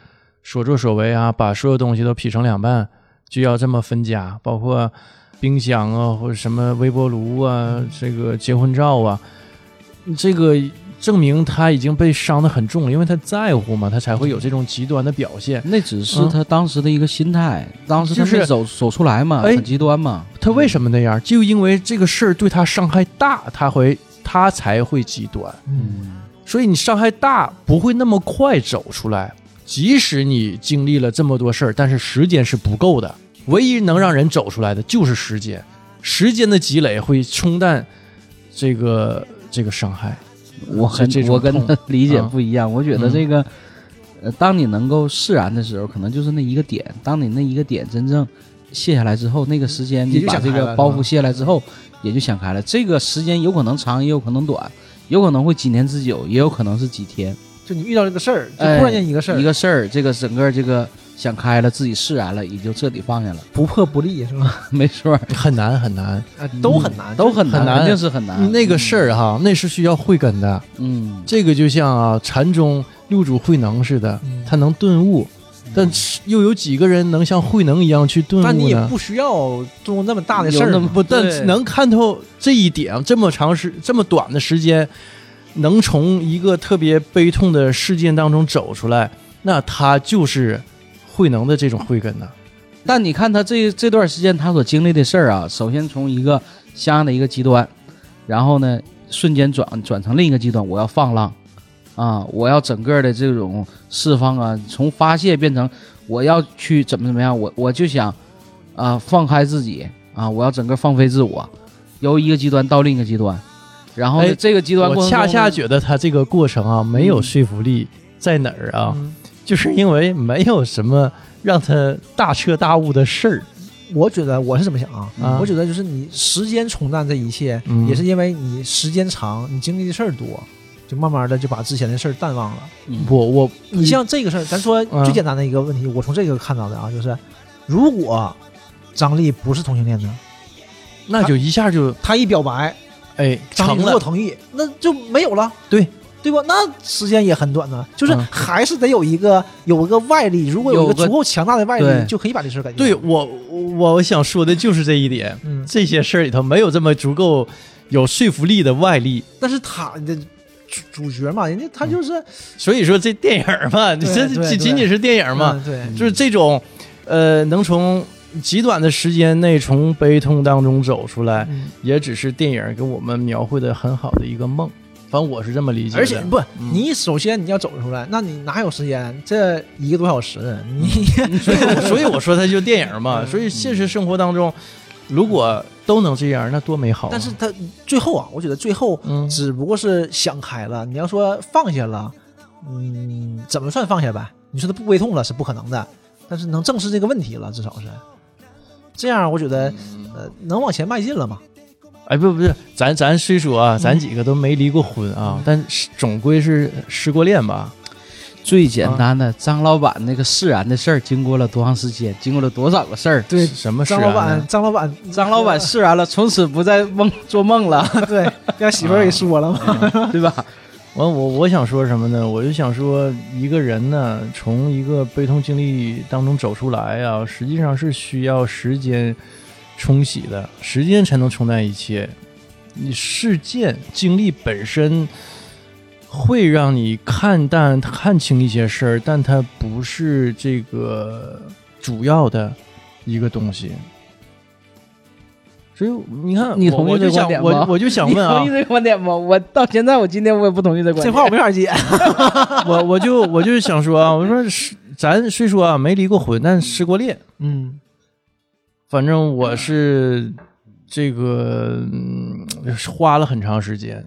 Speaker 1: 所作所为啊，把所有东西都劈成两半，就要这么分家，包括冰箱啊，或者什么微波炉啊，这个结婚照啊，这个证明他已经被伤得很重了，因为他在乎嘛，他才会有这种极端的表现。
Speaker 2: 那只
Speaker 3: 嗯
Speaker 2: 是他当时的一个心态，当时他
Speaker 1: 就是
Speaker 2: 没走走出来嘛，
Speaker 1: 哎
Speaker 2: 很极端嘛，
Speaker 1: 他为什么那样？就因为这个事儿对他伤害大，他会他才会极端。
Speaker 2: 嗯
Speaker 1: 所以你伤害大不会那么快走出来。即使你经历了这么多事儿，但是时间是不够的。唯一能让人走出来的就是时间，时间的积累会冲淡这个这个伤害。
Speaker 2: 我很
Speaker 1: 这这种
Speaker 2: 我跟他理解
Speaker 1: 痛
Speaker 2: 不一样，我觉得
Speaker 1: 嗯
Speaker 2: 这个，呃，当你能够释然的时候，可能就是那一个点。当你那一个点真正卸下来之后，那个时间
Speaker 3: 也
Speaker 2: 你
Speaker 3: 就
Speaker 2: 把
Speaker 3: 想开
Speaker 2: 这
Speaker 3: 了
Speaker 2: 个
Speaker 3: 是
Speaker 2: 包
Speaker 3: 吧
Speaker 2: 袱卸下来之后，也就想开了。这个时间有可能长，也有可能短，有可能会几年之久，也有可能是几天。
Speaker 3: 就你遇到这个事儿，就
Speaker 2: 哎
Speaker 3: 突然间一个事儿，
Speaker 2: 一个事儿，这个整个这个想开了，自己释然了，也就彻底放下了。
Speaker 3: 不破不立是吧？
Speaker 2: 没错儿，
Speaker 1: 很难很难，
Speaker 3: 啊，都很难，
Speaker 2: 嗯都很
Speaker 1: 很
Speaker 2: 难，
Speaker 1: 难
Speaker 2: 肯定是很难。
Speaker 1: 那个事儿哈，那是需要慧根的。
Speaker 2: 嗯，
Speaker 1: 这个就像啊禅宗六祖慧能似的，
Speaker 3: 嗯
Speaker 1: 他能顿悟，但是又有几个人能像慧能一样去顿
Speaker 3: 但你
Speaker 1: 悟
Speaker 3: 也
Speaker 1: 呢？
Speaker 3: 不需要做那么大的事
Speaker 2: 有那么
Speaker 3: 儿嘛，
Speaker 1: 不，
Speaker 2: 对
Speaker 1: 但能看透这一点，这么长时这么短的时间，能从一个特别悲痛的事件当中走出来，那他就是慧能的这种慧根呐、
Speaker 2: 但你看他这这段时间他所经历的事儿啊，首先从一个相应的一个极端，然后呢，瞬间转转成另一个极端，我要放浪，啊，我要整个的这种释放啊，从发泄变成我要去怎么怎么样，我我就想啊放开自己啊，我要整个放飞自我，由一个极端到另一个极端，然后呢
Speaker 1: 哎
Speaker 2: 这个极端过
Speaker 1: 我
Speaker 2: 程
Speaker 1: 恰
Speaker 2: 中
Speaker 1: 恰
Speaker 2: 呢
Speaker 1: 觉得他这个过程啊没有说服力，在哪儿啊？
Speaker 3: 嗯
Speaker 1: 就是因为没有什么让他大彻大悟的事儿。
Speaker 3: 我觉得我是怎么想啊？
Speaker 1: 啊
Speaker 3: 我觉得就是你时间冲淡这一切，
Speaker 1: 嗯
Speaker 3: 也是因为你时间长，你经历的事儿多，就慢慢的就把之前的事儿淡忘了。
Speaker 2: 嗯
Speaker 1: 我我
Speaker 3: 嗯你像这个事儿，咱说
Speaker 1: 嗯
Speaker 3: 最简单的一个问题，我从这个看到的啊，就是如果张丽不是同性恋呢，
Speaker 1: 那就一下就
Speaker 3: 她一表白，
Speaker 1: 哎
Speaker 3: 张
Speaker 1: 成
Speaker 3: 丽如果
Speaker 1: 了，
Speaker 3: 同意，那就没有了，
Speaker 1: 对
Speaker 3: 对吧？那时间也很短呢，就是
Speaker 1: 嗯
Speaker 3: 还是得有一个有一个外力，如果有一
Speaker 2: 有
Speaker 3: 个
Speaker 2: 个
Speaker 3: 足够强大的外力，
Speaker 2: 对
Speaker 3: 就可以把这事儿改变。
Speaker 1: 对，我我我想说的就是这一点，
Speaker 3: 嗯，
Speaker 1: 这些事儿里头没有这么足够有说服力的外力，
Speaker 3: 但是她的主主角嘛，人家
Speaker 1: 嗯
Speaker 3: 她就是
Speaker 1: 所以说这电影儿嘛，你
Speaker 3: 对
Speaker 1: 这
Speaker 3: 对对
Speaker 1: 仅仅仅是电影儿嘛，
Speaker 3: 嗯对，
Speaker 1: 就是这种，呃，能从极短的时间内从悲痛当中走出来，
Speaker 3: 嗯
Speaker 1: 也只是电影给我们描绘的很好的一个梦。反正我是这么理解的。
Speaker 3: 而且 不，
Speaker 1: 嗯
Speaker 3: 你首先你要走出来，那你哪有时间？这一个多小时，
Speaker 1: 嗯
Speaker 3: 你
Speaker 1: 所以我 所以我说它就电影
Speaker 3: 嗯
Speaker 1: 嘛。所以现实生活当中，如果都能这样，那多美好啊、
Speaker 3: 但是他最后啊，我觉得最后
Speaker 1: 嗯
Speaker 3: 只不过是想开了。你要说放下了，嗯，怎么算放下呗？你说他不悲痛了是不可能的，但是能正视这个问题了，至少是这样。我觉得，
Speaker 1: 嗯
Speaker 3: 呃，能往前迈进了嘛？
Speaker 1: 哎，不不是，咱咱虽说啊，咱几个都没离过婚啊，
Speaker 3: 嗯
Speaker 1: 但是总归是失过恋吧？
Speaker 2: 最简单的，张老板那个释然的事儿，经过了多长时间？经过了多少个事儿？
Speaker 3: 对
Speaker 1: 什么事
Speaker 3: 张
Speaker 1: 啊？
Speaker 3: 老板，张老板，
Speaker 2: 张老板释然了，从此不再梦做梦了，
Speaker 3: 对， 让媳妇儿给说了
Speaker 1: 啊
Speaker 3: 嘛。
Speaker 2: 对吧？
Speaker 1: 完我我想说什么呢？我就想说，一个人呢，从一个悲痛经历当中走出来啊，实际上是需要时间冲洗的，时间才能冲淡一切。你事件经历本身会让你看淡、看清一些事儿，但它不是这个主要的一个东西。所以你看，
Speaker 2: 你
Speaker 1: 我
Speaker 2: 同意
Speaker 1: 我
Speaker 2: 这
Speaker 1: 就
Speaker 2: 个观
Speaker 1: 想
Speaker 2: 点吗
Speaker 1: 我我就想
Speaker 2: 你
Speaker 1: 问啊，
Speaker 2: 同意这个观点吗？我到现在我今天我也不同意这个观
Speaker 3: 这
Speaker 2: 点。
Speaker 3: 话我没法接。
Speaker 1: 我我就我就是想说啊，我说是咱虽说啊没离过婚，但失过恋，
Speaker 3: 嗯，
Speaker 1: 反正我是这个、嗯、花了很长时间，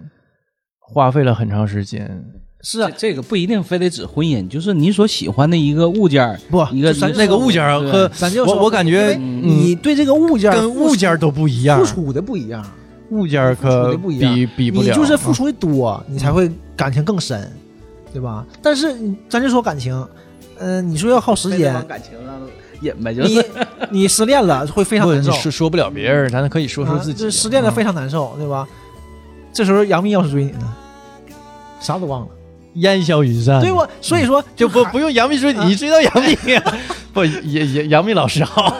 Speaker 1: 花费了很长时间。
Speaker 3: 是啊
Speaker 2: 这，这个不一定非得指婚姻，就是你所喜欢的一个物件儿，
Speaker 3: 不
Speaker 2: 一个
Speaker 3: 就咱
Speaker 1: 那个物件儿
Speaker 2: 对
Speaker 1: 和
Speaker 3: 咱就
Speaker 1: 我
Speaker 3: 说
Speaker 1: 我感觉
Speaker 3: 因为
Speaker 1: 嗯
Speaker 3: 你对这个物件儿
Speaker 1: 跟物件儿都不一样
Speaker 3: 付，出的不一样。
Speaker 1: 物件儿
Speaker 3: 付出
Speaker 1: 可
Speaker 3: 的不一样
Speaker 1: 比比不
Speaker 3: 你
Speaker 1: 了。啊
Speaker 3: 就是付出的多，你才会感情更深，对吧？但是你咱就说感情，嗯、你说要靠时
Speaker 2: 非得往
Speaker 3: 间，
Speaker 2: 感情上引呗，就
Speaker 3: 你
Speaker 2: 是
Speaker 3: 你失恋了会非常
Speaker 1: 不
Speaker 3: 难
Speaker 1: 你
Speaker 3: 受，
Speaker 1: 说说不了别人，咱可以说说
Speaker 3: 啊
Speaker 1: 自己。
Speaker 3: 这失恋了非常难受，对吧？这时候杨幂要是追你呢，啥都忘了，
Speaker 1: 烟消云散，
Speaker 3: 对不？所以说
Speaker 1: 嗯就不
Speaker 3: 还
Speaker 1: 不用杨幂追你，
Speaker 3: 啊
Speaker 1: 你追到杨幂，啊 不也也杨幂老师好，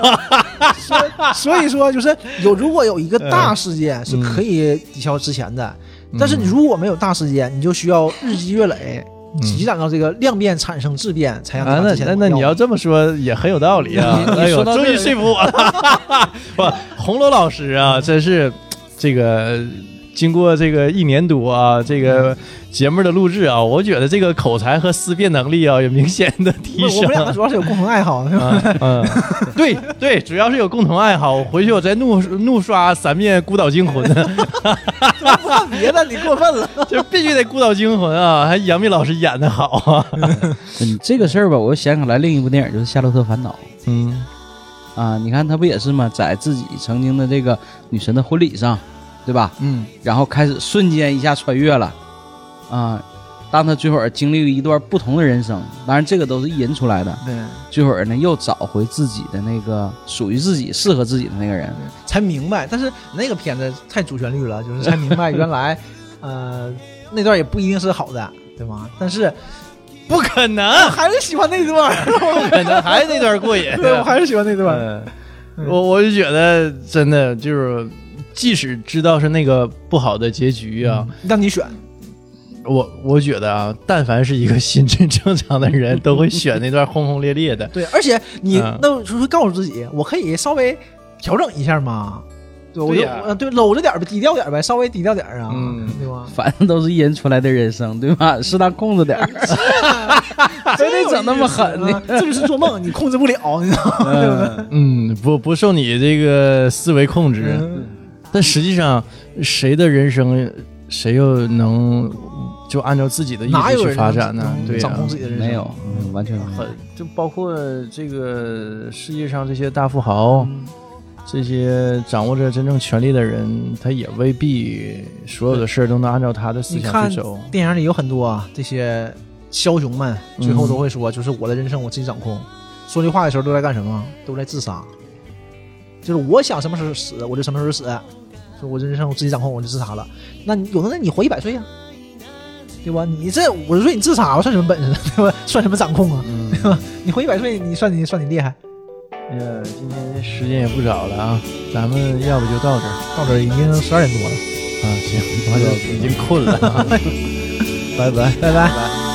Speaker 3: 所以说就是 有如果有一个大事件是可以抵消之前的，
Speaker 1: 嗯
Speaker 3: 但是你如果没有大事件，你就需要日积月累。积攒到这个量变产生质变，才让
Speaker 1: 嗯 啊，
Speaker 3: 它
Speaker 1: 那
Speaker 3: 之前
Speaker 1: 那那你要
Speaker 3: 忘
Speaker 1: 这么说也很有道理啊！
Speaker 2: 你
Speaker 1: 哎呦
Speaker 2: 说，到
Speaker 1: 终
Speaker 2: 这
Speaker 1: 于
Speaker 2: 里
Speaker 1: 说服我 了。不，红楼老师啊，真是这个经过这个一年多啊，这个节目的录制啊，我觉得这个口才和思辨能力啊有明显的提
Speaker 3: 不是
Speaker 1: 升
Speaker 3: 我们。两个主要是有共同爱好，对吧？
Speaker 1: 啊 嗯， 对对，主要是有共同爱好。我回去我再怒怒刷三遍《孤岛惊魂》，
Speaker 3: 不看 别的，你过分了。
Speaker 1: 就必须得《孤岛惊魂》啊！还杨幂老师演的好啊。
Speaker 2: 你这个事儿吧，我又想起来另一部电影，就是《夏洛特烦恼
Speaker 1: 嗯》
Speaker 2: 啊。你看他不也是吗？在自己曾经的这个女神的婚礼上，对吧？
Speaker 1: 嗯，
Speaker 2: 然后开始瞬间一下穿越了，啊，当他最后儿经历了一段不同的人生，当然这个都是意淫出来的。
Speaker 3: 对，
Speaker 2: 最后儿呢，又找回自己的那个属于自己、适合自己的那个人。
Speaker 3: 才明白。但是那个片子太主旋律了，就是才明白原 来，呃，那段也不一定是好的，对吗？但是
Speaker 1: 不可能，
Speaker 3: 还是喜欢那段儿，
Speaker 1: 不可能，还是那段过瘾。
Speaker 3: 对，我还是喜欢那段儿。
Speaker 1: 嗯，我我就觉得真的就是，即使知道是那个不好的结局啊，
Speaker 3: 让你选，
Speaker 1: 我我觉得啊，但凡是一个心智正常的人，都会选那段轰轰烈烈的。
Speaker 3: 对，而且你
Speaker 1: 嗯
Speaker 3: 那就会告诉自己，我可以稍微调整一下嘛。对，我
Speaker 1: 对
Speaker 3: 就
Speaker 1: 呀
Speaker 3: 呃对搂着点儿呗，低调点儿呗，稍微低调点儿啊
Speaker 1: 嗯，
Speaker 3: 对 吧？
Speaker 2: 反正都是意淫出来的人生，对吧？适当控制点儿。非得整那么狠
Speaker 3: 呢？ 这就是做梦，你控制不了，你知道吗？
Speaker 2: 嗯，
Speaker 1: 嗯，不不受你这个思维控制，
Speaker 3: 嗯
Speaker 1: 但实际上谁的人生，谁又能就按照自己的意
Speaker 3: 哪
Speaker 1: 志
Speaker 3: 有
Speaker 1: 去
Speaker 3: 人
Speaker 1: 发展呢？
Speaker 3: 能
Speaker 1: 对呀、
Speaker 3: 掌控自己的人生？
Speaker 2: 没有，嗯完全没有。
Speaker 3: 嗯
Speaker 1: 很就包括这个世界上这些大富豪，这些掌握着真正权力的人，他也未必所有的事儿都能按照他的思
Speaker 3: 你
Speaker 1: 想
Speaker 3: 看
Speaker 1: 去走。
Speaker 3: 电影里有很多啊，这些枭雄们最后都会说，就是我的人生我自己掌控。说这话的时候都在干什么？都在自杀。就是我想什么时候死，我就什么时候死。说我这人生我自己掌控，我就自杀了。那你有能耐你活一百岁呀、对吧？你这五十岁你自杀，我算什么本事？ 对吧？算什么掌控啊？
Speaker 1: 嗯，
Speaker 3: 你活一百岁，你算你算你厉害。
Speaker 1: 哎呀，今天时间也不早了啊，咱们要不就到这儿啊？
Speaker 3: 到这儿已经十二点多了，
Speaker 1: 行，我就已经困了啊，拜拜。
Speaker 3: 拜拜。
Speaker 1: 拜拜